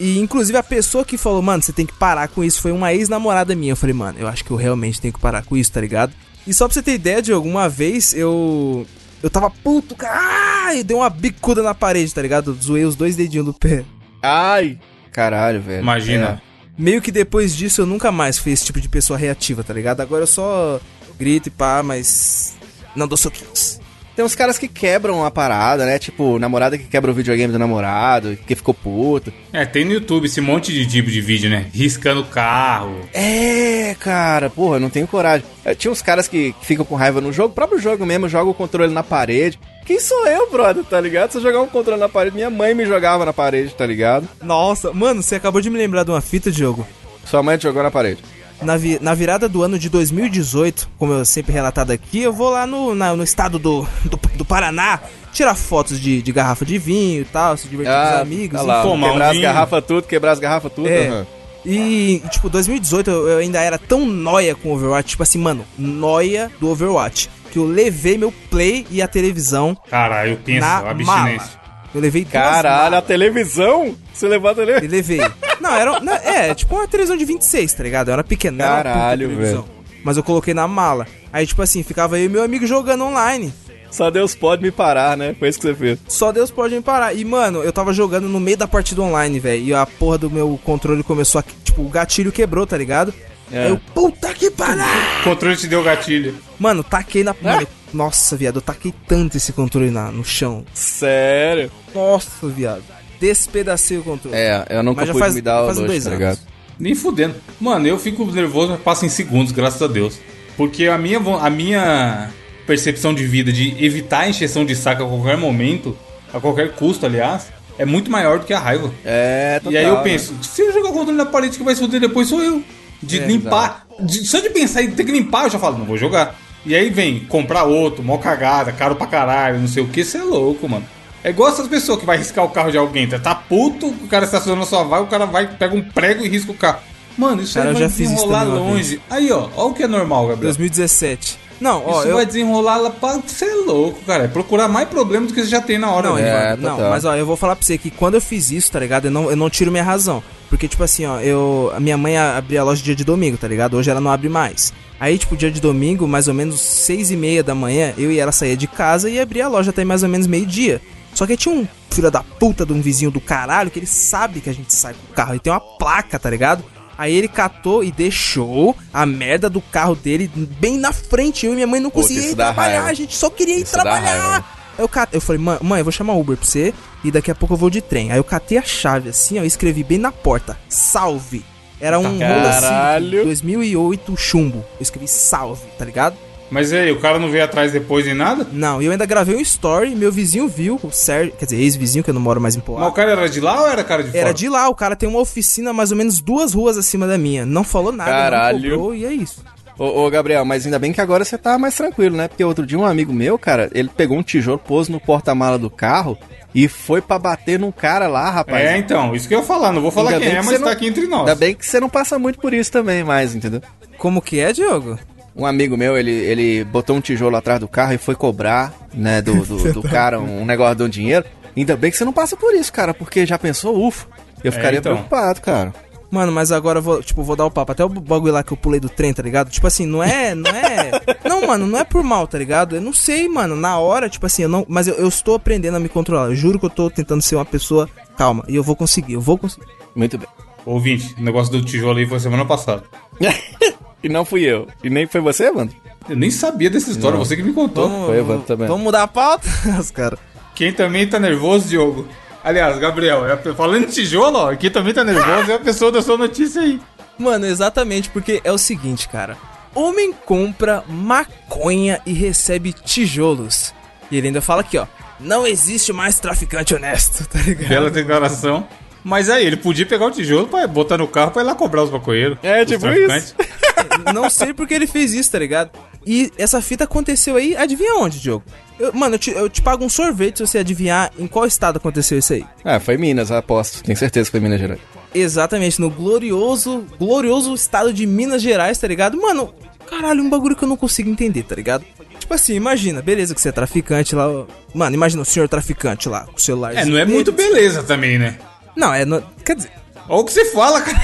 Speaker 4: E inclusive a pessoa que falou, mano, você tem que parar com isso, foi uma ex-namorada minha. Eu falei, mano, eu acho que eu realmente tenho que parar com isso, tá ligado? E só pra você ter ideia de alguma vez, eu. Eu tava puto, cara. Ah, e dei uma bicuda na parede, tá ligado? Eu zoei os dois dedinhos do pé.
Speaker 3: Ai, caralho, velho. É.
Speaker 2: Imagina.
Speaker 4: Meio que depois disso eu nunca mais fui esse tipo de pessoa reativa, tá ligado? Agora eu só grito e pá, mas. Não dou soquinhos.
Speaker 3: Tem uns caras que quebram a parada, né? Tipo, namorada que quebra o videogame do namorado, que ficou puto.
Speaker 2: É, tem no YouTube esse monte de tipo de vídeo, né? Riscando carro.
Speaker 3: É, cara, porra, eu não tenho coragem. É, tinha uns caras que, que ficam com raiva no jogo, o próprio jogo mesmo, joga o controle na parede. Quem sou eu, brother, tá ligado? Se eu jogar um controle na parede, minha mãe me jogava na parede, tá ligado?
Speaker 4: Nossa, mano, você acabou de me lembrar de uma fita, Diogo.
Speaker 3: Sua mãe te jogou na parede.
Speaker 4: Na, vi- na virada do ano de 2018, como eu sempre relatado aqui, eu vou lá no, na- no estado do, do, do Paraná tirar fotos de, de garrafa de vinho e tal, se divertir com os amigos.
Speaker 3: tá lá,
Speaker 4: enfim.
Speaker 2: Tomar um
Speaker 3: quebrar as
Speaker 2: vinho.
Speaker 3: garrafas tudo, quebrar as garrafas tudo.
Speaker 4: É.
Speaker 3: aham.
Speaker 4: E, tipo, 2018 eu, eu ainda era tão noia com o Overwatch, tipo assim, mano, noia do Overwatch, que eu levei meu play e a televisão
Speaker 2: Caralho, pensa,
Speaker 4: na mala.
Speaker 2: abstinência.
Speaker 4: Eu levei duas
Speaker 3: Caralho, a
Speaker 4: malas.
Speaker 3: televisão? Você levou a
Speaker 4: E
Speaker 3: televisão?
Speaker 4: levei. Não, era. não, é, tipo uma televisão de 26, tá ligado? Eu era pequena, era uma puta
Speaker 3: Caralho,
Speaker 4: televisão. Mas eu coloquei na mala. Aí, tipo assim, ficava eu e meu amigo jogando online.
Speaker 3: Só Deus pode me parar, né? Foi isso que você fez.
Speaker 4: Só Deus pode me parar. E, mano, eu tava jogando no meio da partida online, velho. E a porra do meu controle começou a. Tipo, o gatilho quebrou, tá ligado?
Speaker 3: É.
Speaker 4: Aí eu, puta que pariu!
Speaker 2: O controle te deu gatilho.
Speaker 4: Mano, taquei na. Mano, nossa, viado, eu taquei tanto esse controle na, no chão.
Speaker 3: Sério?
Speaker 4: Nossa, viado. Despedacei o controle.
Speaker 3: É, eu nunca
Speaker 4: Mas já
Speaker 3: pude
Speaker 4: faz-
Speaker 3: me dar
Speaker 4: já
Speaker 3: o
Speaker 4: faz
Speaker 3: luxo,
Speaker 4: dois
Speaker 3: tá
Speaker 4: anos.
Speaker 3: ligado?
Speaker 2: Nem fudendo. Mano, eu fico nervoso, mas passa em segundos, graças a Deus. Porque a minha, vo- a minha percepção de vida de evitar a encheção de saco a qualquer momento, a qualquer custo, aliás, é muito maior do que a raiva.
Speaker 3: É,
Speaker 2: e aí
Speaker 3: total,
Speaker 2: eu
Speaker 3: né?
Speaker 2: penso, se eu jogar o controle na parede que vai se fuder depois sou eu. De
Speaker 4: É,
Speaker 2: limpar. De- só de pensar em ter que limpar, eu já falo, não vou jogar. E aí vem comprar outro, mó cagada, caro pra caralho, não sei o que, você é louco, mano. É igual essas pessoas que vai riscar o carro de alguém, tá, tá puto, o cara estaciona na sua vaga, o cara vai, pega um prego e risca o carro. Mano, isso
Speaker 4: Cara,
Speaker 2: aí
Speaker 4: eu
Speaker 2: vai
Speaker 4: já fiz isso
Speaker 2: desenrolar
Speaker 4: também uma
Speaker 2: longe. Aí, ó, ó o que é normal, Gabriel.
Speaker 4: 2017. Não, ó,
Speaker 2: isso
Speaker 4: eu,
Speaker 2: vai desenrolar lá pra. Você é louco, cara. É procurar mais problema do que você já tem na hora, né?
Speaker 4: Não,
Speaker 2: velho.
Speaker 3: é.
Speaker 4: Ivan, não,
Speaker 3: total.
Speaker 4: mas ó, eu vou falar pra você que quando eu fiz isso, tá ligado? Eu não, eu não tiro minha razão. Porque, tipo assim, ó, eu. A minha mãe a- abria a loja dia de domingo, tá ligado? Hoje ela não abre mais. Aí, tipo, dia de domingo, mais ou menos seis e meia da manhã, eu e ela saía de casa e abria a loja até mais ou menos meio-dia. Só que tinha um filho da puta de um vizinho do caralho que ele sabe que a gente sai com o carro e tem uma placa, tá ligado? Aí ele catou e deixou a merda do carro dele bem na frente. Eu e minha mãe não
Speaker 3: Puta,
Speaker 4: conseguia
Speaker 3: isso
Speaker 4: ir
Speaker 3: dá
Speaker 4: trabalhar,
Speaker 3: raiva.
Speaker 4: a gente só queria ir
Speaker 3: Isso dá raiva,
Speaker 4: trabalhar.
Speaker 3: né?
Speaker 4: Aí Eu, cate- eu falei, mãe, mãe, eu vou chamar o Uber pra você e daqui a pouco eu vou de trem. Aí eu catei a chave assim, ó, e escrevi bem na porta, salve. Era um Honda Civic
Speaker 3: Caralho.
Speaker 4: 2008 chumbo. Eu escrevi salve, tá ligado?
Speaker 2: Mas aí, o cara não veio atrás depois nem nada?
Speaker 4: Não, e eu ainda gravei um story, meu vizinho viu, o Sérgio, quer dizer, ex-vizinho, que eu não moro mais em Poá.
Speaker 2: Mas o cara era de lá ou era cara de fora?
Speaker 4: Era de lá, o cara tem uma oficina mais ou menos duas ruas acima da minha. Não falou nada,
Speaker 3: Caralho.
Speaker 4: não cobrou, e é isso.
Speaker 3: Ô, ô, Gabriel, mas ainda bem que agora você tá mais tranquilo, né? Porque outro dia um amigo meu, cara, ele pegou um tijolo, pôs no porta-mala do carro e foi pra bater num cara lá, rapaz.
Speaker 2: É, então, isso que eu ia falar. Não vou falar
Speaker 3: Ainda
Speaker 2: quem
Speaker 3: bem
Speaker 2: é,
Speaker 3: que
Speaker 2: mas
Speaker 3: você não-
Speaker 2: tá aqui entre nós.
Speaker 3: Ainda bem que você não passa muito por isso também mais, entendeu?
Speaker 4: Como que é, Diogo?
Speaker 3: Um amigo meu, ele, ele botou um tijolo atrás do carro e foi cobrar, né, do, do,
Speaker 4: tá
Speaker 3: do cara um negócio de um dinheiro. Ainda bem que você não passa por isso, cara, porque já pensou, ufa, eu ficaria
Speaker 2: então.
Speaker 3: preocupado, cara.
Speaker 4: Mano, mas agora eu vou, tipo, vou dar o papo. Até o bagulho lá que eu pulei do trem, tá ligado? Tipo assim, não é, não é. Não, mano, não é por mal, tá ligado? Eu não sei, mano. Na hora, tipo assim, eu não. Mas eu, eu estou aprendendo a me controlar. Eu juro que eu tô tentando ser uma pessoa calma. E eu vou conseguir, eu vou conseguir.
Speaker 3: Muito bem.
Speaker 2: Ouvinte, o negócio do tijolo aí foi semana passada.
Speaker 3: E não fui eu. E nem foi você, mano?
Speaker 2: Eu nem sabia dessa história, você que me contou.
Speaker 3: Foi, eu vou também.
Speaker 4: Vamos mudar a pauta? Os cara.
Speaker 2: Quem também tá nervoso, Diogo? Aliás, Gabriel, é a pe- falando de tijolo, ó, quem também tá nervoso é a pessoa da sua notícia aí.
Speaker 4: Mano, exatamente, porque é o seguinte, cara. Homem compra maconha e recebe tijolos. E ele ainda fala aqui, ó. Não existe mais traficante honesto, tá ligado?
Speaker 2: Bela declaração. Mas aí, ele podia pegar o tijolo pra botar no carro pra ir lá cobrar os maconheiros.
Speaker 3: É,
Speaker 2: os
Speaker 3: tipo
Speaker 2: traficantes.
Speaker 3: isso.
Speaker 4: Não sei porque ele fez isso, tá ligado? E essa fita aconteceu aí, adivinha onde, Diogo? Eu- mano, eu te, eu te pago um sorvete se você adivinhar em qual estado aconteceu isso aí.
Speaker 3: Ah, foi Minas, aposto. Tenho certeza que foi Minas Gerais.
Speaker 4: Exatamente, no glorioso, glorioso estado de Minas Gerais, tá ligado? Mano, caralho, um bagulho que eu não consigo entender, tá ligado? Tipo assim, imagina, beleza que você é traficante lá. ó. Mano, imagina o senhor traficante lá, com o celular.
Speaker 2: É, não é muito beleza também, né?
Speaker 4: Não, é. no- quer dizer,
Speaker 2: Olha o que você fala, cara.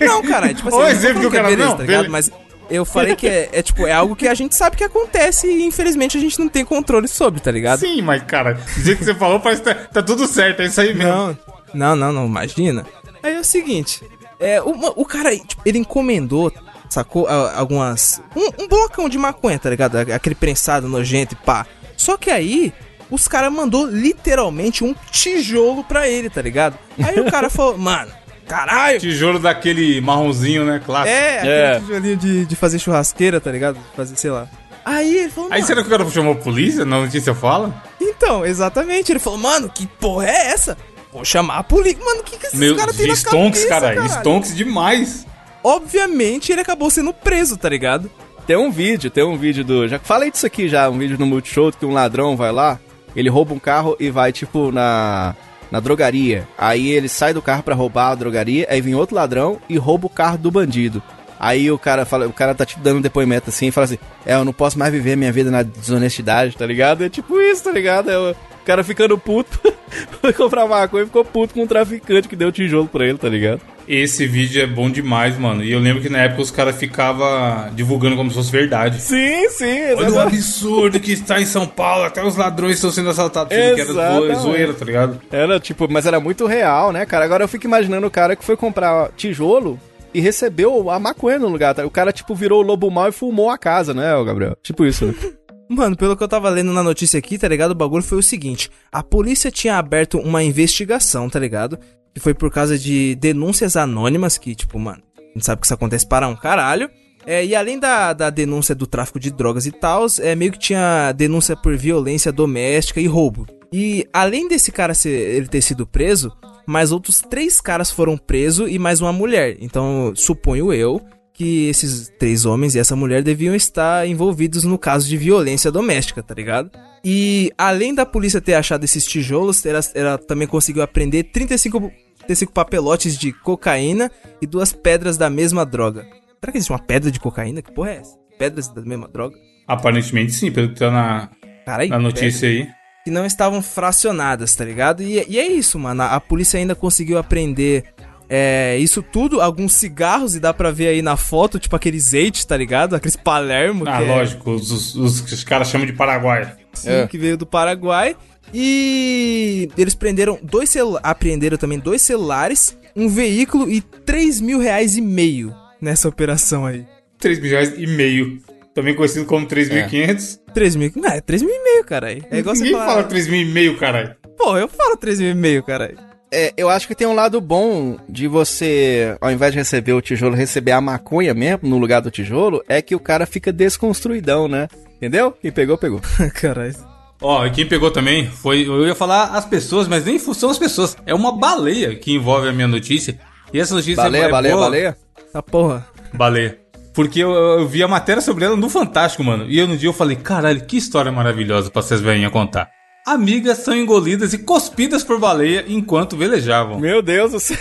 Speaker 4: Não, cara, é tipo assim,
Speaker 2: Ó,
Speaker 4: eu não tô
Speaker 2: exemplo
Speaker 4: falando
Speaker 2: que o cara
Speaker 4: é beleza,
Speaker 2: não,
Speaker 4: tá ligado?
Speaker 2: beleza.
Speaker 4: Mas eu falei que é, é, tipo, é algo que a gente sabe que acontece e infelizmente a gente não tem controle sobre, tá ligado?
Speaker 2: Sim, mas, cara, do jeito que você falou, parece que tá, tá tudo certo, é isso aí mesmo.
Speaker 4: Não, não, não, não, imagina. Aí é o seguinte, é, o, ma- o cara, tipo, ele encomendou, sacou, a- algumas... Um, um blocão de maconha, tá ligado? Aquele prensado nojento e pá. Só que aí, os caras mandou literalmente um tijolo pra ele, tá ligado? Aí o cara falou, mano, caralho!
Speaker 2: Tijolo daquele marronzinho, né? Clássico.
Speaker 4: É, aquele
Speaker 3: É.
Speaker 4: tijolinho de, de fazer churrasqueira, tá ligado? De fazer, sei lá. Aí ele falou,
Speaker 2: Aí
Speaker 4: mano,
Speaker 2: será que o cara chamou a polícia? Na notícia fala?
Speaker 4: então, exatamente. Ele falou, mano, que porra é essa? Vou chamar a polícia. Mano, o que, que esses
Speaker 2: Meu,
Speaker 4: caras têm na
Speaker 2: stonks,
Speaker 4: cabeça,
Speaker 2: cara.
Speaker 4: caralho?
Speaker 2: Stonks demais.
Speaker 4: Obviamente, ele acabou sendo preso, tá ligado?
Speaker 3: Tem um vídeo, tem um vídeo do. Já falei disso aqui já, um vídeo no Multishow que um ladrão vai lá, ele rouba um carro e vai, tipo, na. na drogaria. Aí ele sai do carro pra roubar a drogaria, aí vem outro ladrão e rouba o carro do bandido. Aí o cara fala, o cara tá tipo dando um depoimento assim e fala assim: É, eu não posso mais viver minha vida na desonestidade, tá ligado? É tipo isso, tá ligado? É o o cara ficando puto, foi comprar maconha e ficou puto com um traficante que deu tijolo pra ele, tá ligado?
Speaker 2: Esse vídeo é bom demais, mano. E eu lembro que na época os caras ficavam divulgando como se fosse verdade.
Speaker 3: Sim, sim,
Speaker 2: Olha o
Speaker 3: exatamente.
Speaker 2: absurdo que está em São Paulo. Até os ladrões estão sendo assaltados. Sendo que era zoe-
Speaker 3: Exatamente.
Speaker 2: zoeira, tá ligado?
Speaker 3: Era tipo, mas era muito real, né, cara? Agora eu fico imaginando o cara que foi comprar tijolo e recebeu a maconha no lugar. tá? O cara, tipo, virou o lobo mal e fumou a casa, né, ô Gabriel? Tipo isso, né?
Speaker 4: Mano, pelo que eu tava lendo na notícia aqui, tá ligado? O bagulho foi o seguinte: a polícia tinha aberto uma investigação, tá ligado? Que foi por causa de denúncias anônimas, que, tipo, mano, a gente sabe que isso acontece para um caralho. É, e além da, da denúncia do tráfico de drogas e tal, é meio que tinha denúncia por violência doméstica e roubo. E além desse cara ser, ele ter sido preso, mais outros três caras foram presos e mais uma mulher. Então, suponho eu que esses três homens e essa mulher deviam estar envolvidos no caso de violência doméstica, tá ligado? E além da polícia ter achado esses tijolos, ela, ela também conseguiu apreender 35, 35 papelotes de cocaína e duas pedras da mesma droga. Será que existe uma pedra de cocaína? Que porra é essa? Pedras da mesma droga?
Speaker 2: Aparentemente sim, pelo que tá na,
Speaker 4: Caralho,
Speaker 2: na notícia aí.
Speaker 4: que não estavam fracionadas, tá ligado? E, e é isso, mano. A, a polícia ainda conseguiu apreender é, isso tudo, alguns cigarros, e dá pra ver aí na foto, tipo aqueles eight, tá ligado? Aqueles Palermo.
Speaker 2: Ah,
Speaker 4: que é-
Speaker 2: lógico, os, os- os- os caras chamam de Paraguai.
Speaker 4: sim,
Speaker 3: É.
Speaker 4: que veio do Paraguai. E eles prenderam dois celulares. Apreenderam também dois celulares, um veículo e 3 mil reais e meio nessa operação aí.
Speaker 2: 3 milhões e meio. Também conhecido como 3.500.
Speaker 4: 3 mil. Não, é 3 mil e meio, caralho. É igual você
Speaker 2: Ninguém
Speaker 4: falar.
Speaker 2: fala 3 mil e meio, caralho.
Speaker 4: Pô, eu falo 3 mil e meio, caralho.
Speaker 3: É, eu acho que tem um lado bom de você, ao invés de receber o tijolo, receber a maconha mesmo no lugar do tijolo, é que o cara fica desconstruidão, né? Entendeu? Quem pegou, pegou.
Speaker 4: caralho.
Speaker 2: Ó, e quem pegou também foi. Eu ia falar as pessoas, mas nem são as pessoas. É uma baleia que envolve a minha notícia. E essa notícia
Speaker 3: Baleia,
Speaker 2: é
Speaker 3: baleia,
Speaker 2: boa.
Speaker 3: baleia.
Speaker 4: Essa porra.
Speaker 2: Baleia. Porque eu, eu vi a matéria sobre ela no Fantástico, mano. E eu no dia eu falei, caralho, que história maravilhosa pra vocês veinhas contar. Amigas são engolidas e cuspidas por baleia enquanto velejavam.
Speaker 3: Meu Deus do céu.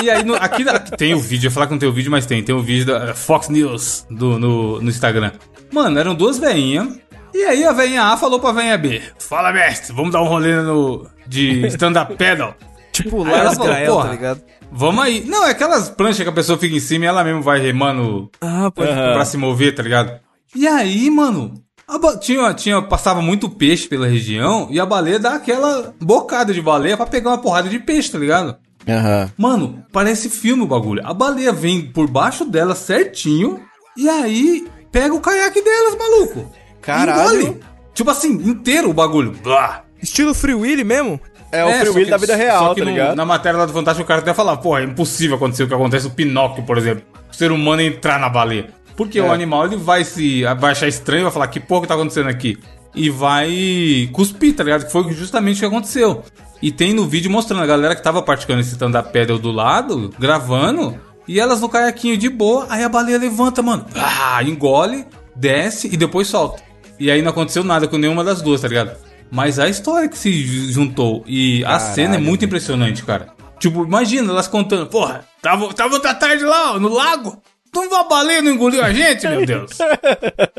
Speaker 2: E aí, no- aqui, aqui tem o vídeo, eu ia falar que não tem o vídeo, mas tem. Tem o vídeo da Fox News do, no, no Instagram. Mano, eram duas veinhas. E aí a veinha A falou pra veinha B: Fala, mestre, vamos dar um rolê no, de stand-up pedal.
Speaker 4: Tipo
Speaker 2: Aí ela
Speaker 4: Lars
Speaker 2: falou,
Speaker 4: Grael,
Speaker 2: porra.
Speaker 4: tá ligado?
Speaker 2: Vamos aí. Não, é aquelas pranchas que a pessoa fica em cima e ela mesmo vai remando
Speaker 4: Ah, pode.
Speaker 3: Aham.
Speaker 2: pra se mover, tá ligado? E aí, mano, a ba- tinha, tinha, passava muito peixe pela região e a baleia dá aquela bocada de baleia pra pegar uma porrada de peixe, tá ligado?
Speaker 3: Aham.
Speaker 2: Mano, parece filme o bagulho. A baleia vem por baixo dela certinho e aí pega o caiaque delas, maluco.
Speaker 3: Caralho.
Speaker 2: Engole. Tipo assim, inteiro o bagulho. Blá.
Speaker 4: Estilo Free Willy mesmo?
Speaker 3: É o
Speaker 2: É,
Speaker 3: Free
Speaker 2: só
Speaker 3: Willy
Speaker 2: que-
Speaker 3: da vida
Speaker 2: só
Speaker 3: real,
Speaker 2: que
Speaker 3: tá
Speaker 2: no-
Speaker 3: ligado?
Speaker 2: Na matéria lá do Fantástico, o cara até falar, pô, é impossível acontecer o que acontece o Pinóquio, por exemplo. O ser humano entrar na baleia. Porque
Speaker 3: É.
Speaker 2: o animal, ele vai se... Vai achar estranho, vai falar, que porra que tá acontecendo aqui? E vai cuspir, tá ligado? Que foi justamente o que aconteceu. E tem no vídeo mostrando a galera que tava praticando esse stand-up pedal do lado, gravando, e elas no caiaquinho de boa, aí a baleia levanta, mano. Ah, engole, desce e depois solta. E aí não aconteceu nada com nenhuma das duas, tá ligado? Mas a história que se ju- juntou e a cena é muito impressionante, cara. Tipo, imagina elas contando, porra, tava, tava outra tarde lá, ó, no lago. Não uma baleia não engoliu a gente, meu Deus.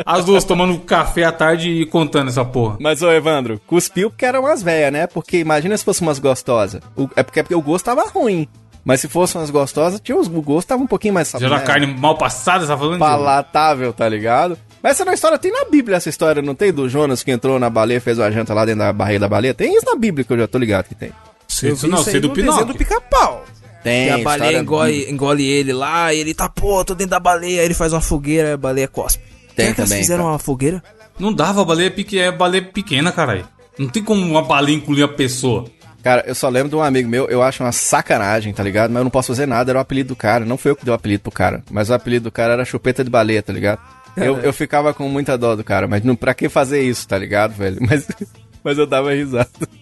Speaker 2: As duas tomando café à tarde e contando essa porra.
Speaker 3: Mas, ô Evandro, cuspiu porque eram umas velhas, né? Porque imagina se fossem umas gostosas. O- é, porque, é porque o gosto tava ruim. Mas se fossem umas gostosas, tinha os, o gosto tava um pouquinho mais
Speaker 2: Já era
Speaker 4: É.
Speaker 3: saboroso.
Speaker 2: carne mal passada, você tá falando? Diogo?
Speaker 3: Palatável, tá ligado? Mas essa é uma história tem na Bíblia, essa história, não tem? Do Jonas que entrou na baleia, fez uma janta lá dentro da barriga da baleia. Tem isso na Bíblia que eu já tô ligado que tem.
Speaker 2: Sei disso
Speaker 4: vi
Speaker 2: não,
Speaker 4: aí
Speaker 2: sei do
Speaker 4: no desenho
Speaker 2: Pinóquio.
Speaker 4: do pica-pau.
Speaker 3: Tem,
Speaker 4: E a
Speaker 3: É,
Speaker 4: baleia
Speaker 3: história bíblica.
Speaker 4: engole, engole ele lá, e ele tá, pô, tô dentro da baleia, aí ele faz uma fogueira, a baleia cospe.
Speaker 3: Tem
Speaker 4: Será que elas
Speaker 3: também,
Speaker 4: fizeram
Speaker 3: cara.
Speaker 4: uma fogueira?
Speaker 2: Não dava, a baleia peque- é baleia pequena, caralho. Não tem como uma baleia engolir a pessoa.
Speaker 3: Cara, eu só lembro de um amigo meu, eu acho uma sacanagem, tá ligado? Mas eu não posso fazer nada, era o apelido do cara. Não foi eu que dei o apelido pro cara, mas o apelido do cara era chupeta de baleia, tá ligado? Eu, eu ficava com muita dó do cara, mas não, pra que fazer isso, tá ligado, velho? Mas, mas eu dava risada.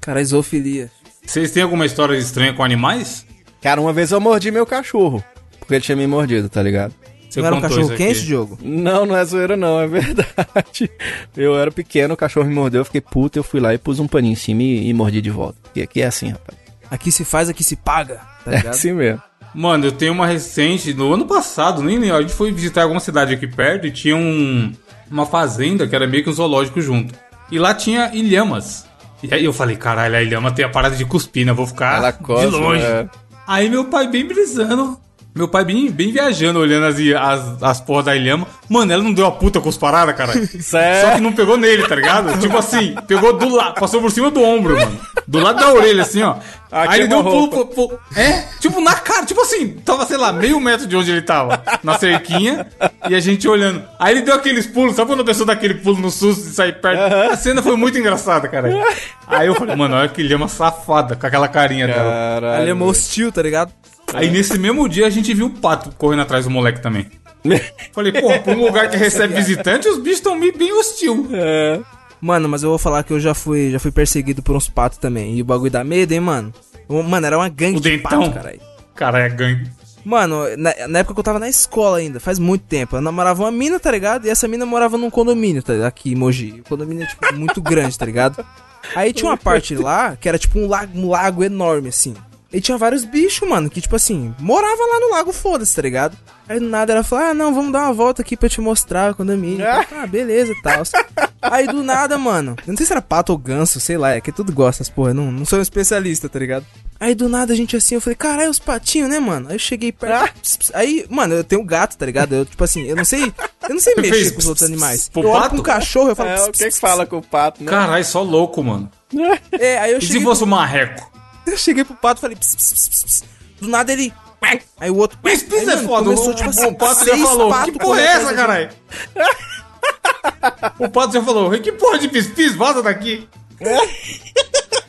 Speaker 4: Cara, é isofilia.
Speaker 2: Vocês têm alguma história estranha com animais?
Speaker 3: Cara, uma vez eu mordi meu cachorro, porque ele tinha me mordido, tá ligado?
Speaker 2: Você
Speaker 4: não era um
Speaker 2: contou
Speaker 4: cachorro
Speaker 2: isso aqui.
Speaker 4: quente, Diogo?
Speaker 3: Não, não é zoeira não, é verdade. Eu era pequeno, o cachorro me mordeu, eu fiquei puto, eu fui lá e pus um paninho em cima e, e mordi de volta. E aqui é assim, rapaz.
Speaker 4: Aqui se faz, aqui se paga. Tá
Speaker 3: É
Speaker 4: ligado?
Speaker 3: assim mesmo.
Speaker 2: Mano, eu tenho uma recente, no ano passado, nem lembro, a gente foi visitar alguma cidade aqui perto e tinha um, uma fazenda que era meio que um zoológico junto. E lá tinha ilhamas. E aí eu falei, caralho, a ilhama tem a parada de cuspina, vou ficar
Speaker 3: Ela cospe,
Speaker 2: de longe.
Speaker 3: né?
Speaker 2: Aí meu pai bem brisando, meu pai bem, bem viajando, olhando as, as, as porras da ilhama. Mano, ela não deu a puta com os paradas, caralho. Só que não pegou nele, tá ligado? tipo assim, pegou do lado, passou por cima do ombro, mano. Do lado da orelha, assim, ó.
Speaker 3: Ah,
Speaker 2: Aí ele deu um
Speaker 3: queima a
Speaker 2: pulo pro, pro- É, tipo na cara, tipo assim, tava, sei lá, meio metro de onde ele tava, na cerquinha, e a gente olhando. Aí ele deu aqueles pulos, sabe quando a pessoa dá aquele pulo no susto e sai perto? A cena foi muito engraçada, cara. Aí eu falei, mano, olha que lhama safada, com aquela carinha dela.
Speaker 3: Caralho.
Speaker 4: Ali é hostil, tá ligado?
Speaker 2: Aí nesse mesmo dia a gente viu um pato correndo atrás do moleque também. Falei, porra, pra um lugar que recebe visitante, os bichos estão bem hostil.
Speaker 3: É.
Speaker 4: Mano, mas eu vou falar que eu já fui, já fui perseguido por uns patos também. E o bagulho dá medo, hein, mano? O- Mano, era uma gangue
Speaker 2: O
Speaker 4: de
Speaker 2: dentão?
Speaker 4: pato, caralho.
Speaker 2: Cara, é gangue.
Speaker 4: Mano, na, na época que eu tava na escola ainda, faz muito tempo. Eu namorava uma mina, tá ligado? E essa mina morava num condomínio, tá ligado? Aqui em Mogi. O condomínio é, tipo, muito grande, tá ligado? Aí tinha uma parte lá que era tipo um lago, um lago enorme, assim. E tinha vários bichos, mano, que, tipo assim, morava lá no lago, foda-se, tá ligado? Aí do nada ela falou: Ah, não, vamos dar uma volta aqui pra eu te mostrar o condomínio. Eu falei, Ah, beleza e tal. Aí do nada, mano. Eu não sei se era pato ou ganso, sei lá, é que tudo gosta, essas porra. eu Não, não sou um especialista, tá ligado? Aí do nada a gente assim, eu falei, caralho, os patinhos, né, mano? Aí eu cheguei perto.
Speaker 3: Ah.
Speaker 4: ps, ps, Aí, mano, eu tenho um gato, tá ligado? Eu, tipo assim, eu não sei. Eu não sei
Speaker 2: Você
Speaker 4: mexer
Speaker 2: fez
Speaker 4: com os outros
Speaker 2: ps,
Speaker 4: animais.
Speaker 2: ps, pro
Speaker 4: Eu olho
Speaker 2: pato?
Speaker 4: pra um cachorro, eu falo.
Speaker 3: É,
Speaker 4: ps,
Speaker 3: o que
Speaker 4: ps,
Speaker 3: que fala com o pato, né?
Speaker 2: Caralho, só louco, mano.
Speaker 4: ps. É, aí eu
Speaker 2: E se
Speaker 4: cheguei,
Speaker 2: fosse um marreco?
Speaker 4: eu cheguei pro pato e falei. Ps, ps, ps, ps, ps. Do nada ele. Aí o outro.
Speaker 2: Mas
Speaker 4: Aí,
Speaker 2: pisa é
Speaker 4: mano,
Speaker 2: foda.
Speaker 4: Começou,
Speaker 2: o,
Speaker 4: tipo assim,
Speaker 2: o pato já
Speaker 4: seis
Speaker 2: falou.
Speaker 4: patos
Speaker 2: que porra é
Speaker 4: correndo
Speaker 2: essa,
Speaker 4: atrás de mim.
Speaker 2: caralho? o pato já falou. Que porra de pis-pis? Vaza daqui.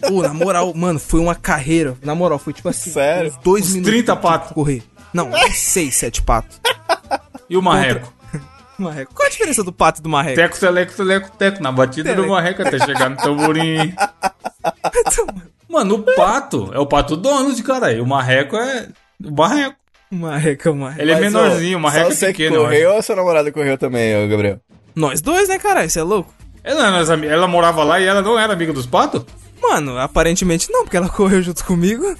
Speaker 4: Pô, na moral, mano, foi uma carreira. Na moral, foi tipo assim.
Speaker 3: Sério?
Speaker 4: Uns dois
Speaker 2: Uns
Speaker 4: minutos.
Speaker 2: 30
Speaker 4: eu tive que
Speaker 2: pato.
Speaker 4: Correr. Não, seis, sete pato.
Speaker 2: E o marreco?
Speaker 4: Marreco. Qual a diferença do pato e do marreco?
Speaker 2: Teco, teleco, teleco, teco. Na batida do
Speaker 4: Teleco.
Speaker 2: marreco até chegar no tamborim.
Speaker 4: Então,
Speaker 2: Mano, o pato é o pato Donald, cara. E o marreco é... O marreco.
Speaker 4: Marreco, marreco.
Speaker 2: Ele é
Speaker 3: Mas, ó,
Speaker 2: menorzinho, o marreco
Speaker 3: só
Speaker 2: é
Speaker 3: você que
Speaker 2: pequeno. eu acho.
Speaker 3: correu ou sua namorada correu também, ô Gabriel?
Speaker 4: Nós dois, né, caralho? Você é louco?
Speaker 2: Ela, não era- ela morava lá e ela não era amiga dos patos?
Speaker 4: Mano, aparentemente não, porque ela correu junto comigo.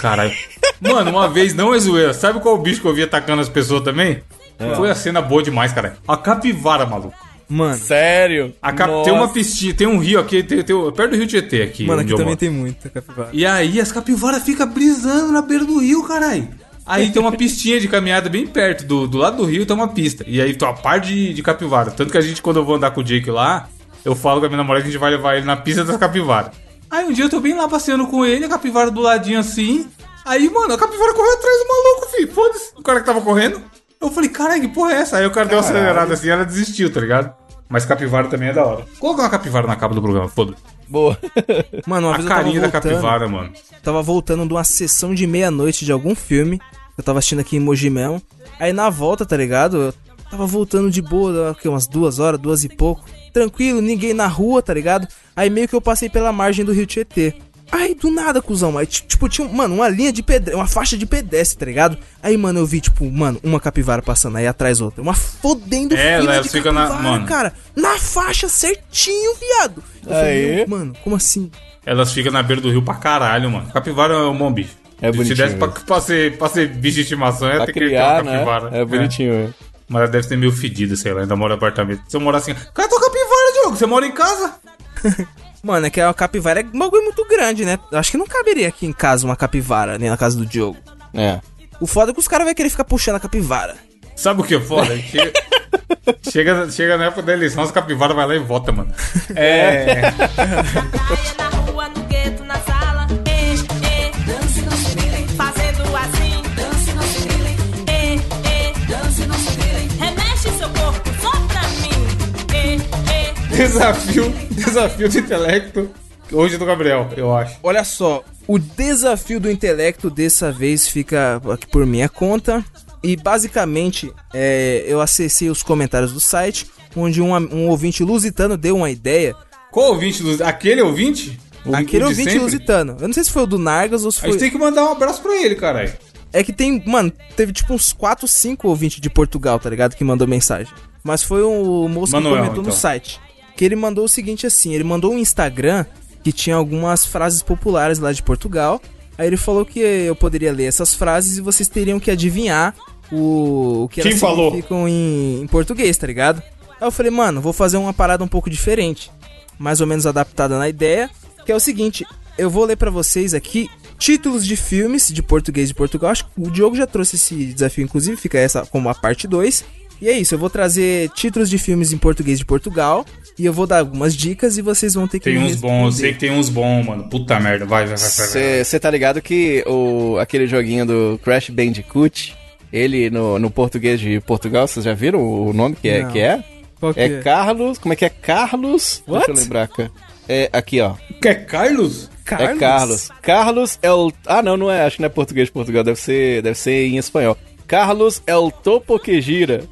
Speaker 2: Caralho. Mano, uma vez não é zoeira. Sabe qual bicho que eu vi atacando as pessoas também?
Speaker 4: É.
Speaker 2: Foi a cena boa demais, cara. A capivara, maluco.
Speaker 4: Mano,
Speaker 3: Sério?
Speaker 2: A cap... Tem uma piscina, tem um rio aqui, tem, tem o- perto do rio Tietê aqui.
Speaker 4: mano,
Speaker 2: onde
Speaker 4: aqui
Speaker 2: eu
Speaker 4: também
Speaker 2: moro.
Speaker 4: tem muita capivara.
Speaker 2: E aí as capivaras ficam brisando na beira do rio, caralho. Aí tem uma pistinha de caminhada bem perto, do, do lado do rio tem uma pista. E aí tem uma par de, de capivara. Tanto que a gente, quando eu vou andar com o Jake lá, eu falo com a minha namorada que a gente vai levar ele na pista das capivaras. Aí um dia eu tô bem lá passeando com ele, a capivara do ladinho assim. Aí, mano, a capivara correu atrás do maluco, filho. Foda-se, o cara que tava correndo. Eu falei, caralho, que porra é essa? Aí o cara deu uma acelerada assim ela desistiu, tá ligado? Mas capivara também é da hora. Coloca uma capivara na capa do programa, foda-se.
Speaker 3: Boa.
Speaker 4: Mano, uma
Speaker 2: A
Speaker 4: vez eu tava
Speaker 2: carinha da
Speaker 4: voltando,
Speaker 2: capivara, mano.
Speaker 4: tava voltando de uma sessão de meia-noite de algum filme. Eu tava assistindo aqui em Mogi mesmo. Aí na volta, tá ligado? Eu tava voltando de boa, o quê? umas duas horas, duas e pouco. Tranquilo, ninguém na rua, tá ligado? Aí meio que eu passei pela margem do Rio Tietê. Aí do nada, cuzão. Aí, ti- tipo, tinha, mano, uma linha de pedestre, uma faixa de pedestre, tá ligado? Aí, mano, eu vi, tipo, mano, uma capivara passando aí atrás outra. Uma fodendo
Speaker 2: É,
Speaker 4: fila
Speaker 2: ela
Speaker 4: de
Speaker 2: fica na-
Speaker 4: capivara,
Speaker 2: mano.
Speaker 4: cara. Na faixa certinho, viado. Eu
Speaker 3: Aí.
Speaker 4: "Meu, mano, como assim?
Speaker 2: Elas ficam na beira do rio pra caralho, mano. Capivara é um bom bicho.
Speaker 3: É
Speaker 2: Se
Speaker 3: bonitinho
Speaker 2: desse pra,
Speaker 3: mesmo.
Speaker 2: pra ser, pra ser bicho de estimação, ia
Speaker 3: Pra
Speaker 2: ter que ter uma
Speaker 3: criar, né?
Speaker 2: capivara.
Speaker 3: É bonitinho. né?
Speaker 2: Mas ela deve ser meio fedida, sei lá, ainda mora em apartamento. Se eu morar assim, cadê tua capivara, Diogo? Você mora em casa?
Speaker 4: Mano, é que a capivara é um bagulho muito grande, né? Eu Acho que não caberia aqui em casa uma capivara, nem na casa do Diogo.
Speaker 3: É.
Speaker 4: O foda é que os caras vão querer ficar puxando a capivara.
Speaker 2: Sabe o que é foda? Chega, chega, chega na época da eleição, as capivaras vai lá e vota, mano. É.
Speaker 5: Na rua, no gueto, na sala. Ei, ei, dance, não se grilem. Fazendo assim, dance, não se grilem. Ei, ei, dance, não se grilem. Remexe seu corpo só pra mim. Ei,
Speaker 2: Desafio, desafio do intelecto. Hoje é do Gabriel, eu acho.
Speaker 4: Olha só, o desafio do intelecto dessa vez fica aqui por minha conta. E basicamente, é, eu acessei os comentários do site, onde um, am- um ouvinte lusitano deu uma ideia.
Speaker 2: Qual ouvinte, Luz? Aquele ouvinte? O-
Speaker 4: Aquele
Speaker 2: o de
Speaker 4: ouvinte
Speaker 2: sempre?
Speaker 4: lusitano. Eu não sei se foi o do Nargas ou se
Speaker 2: A gente
Speaker 4: foi.
Speaker 2: tem que mandar um abraço pra ele, caralho.
Speaker 4: É que tem, mano, teve tipo uns 4, 5 ouvintes de Portugal, tá ligado? Que mandou mensagem. Mas foi o moço
Speaker 2: Manuel,
Speaker 4: que comentou no
Speaker 2: então.
Speaker 4: site. Que ele mandou o seguinte assim, ele mandou um Instagram que tinha algumas frases populares lá de Portugal. Aí ele falou que eu poderia ler essas frases e vocês teriam que adivinhar o, o que
Speaker 2: Quem
Speaker 4: elas
Speaker 2: falou?
Speaker 4: significam em, em português, tá ligado? Aí eu falei, mano, vou fazer uma parada um pouco diferente. Mais ou menos adaptada na ideia. Que é o seguinte, eu vou ler pra vocês aqui títulos de filmes de português de Portugal. Acho que o Diogo já trouxe esse desafio, inclusive, fica essa como a parte 2. E é isso, eu vou trazer títulos de filmes em português de Portugal. E eu vou dar algumas dicas e vocês vão ter que
Speaker 2: Tem
Speaker 4: me
Speaker 2: uns bons, eu sei
Speaker 4: responder.
Speaker 2: que tem uns bons, mano. Puta merda, vai, vai, vai, vai, vai.
Speaker 3: Você tá ligado que o, aquele joguinho do Crash Bandicoot, ele no, no português de Portugal, vocês já viram o nome que é?
Speaker 4: Não.
Speaker 3: Que é?
Speaker 4: Qual que
Speaker 3: é
Speaker 4: é?
Speaker 3: Carlos. Como é que é Carlos?
Speaker 4: What?
Speaker 3: Deixa eu lembrar aqui. É aqui, ó.
Speaker 2: Quer Carlos?
Speaker 3: É Carlos. Carlos é o. Ah, não, não é. Acho que não é português de Portugal. Deve ser, deve ser em espanhol. Carlos é o topo que gira.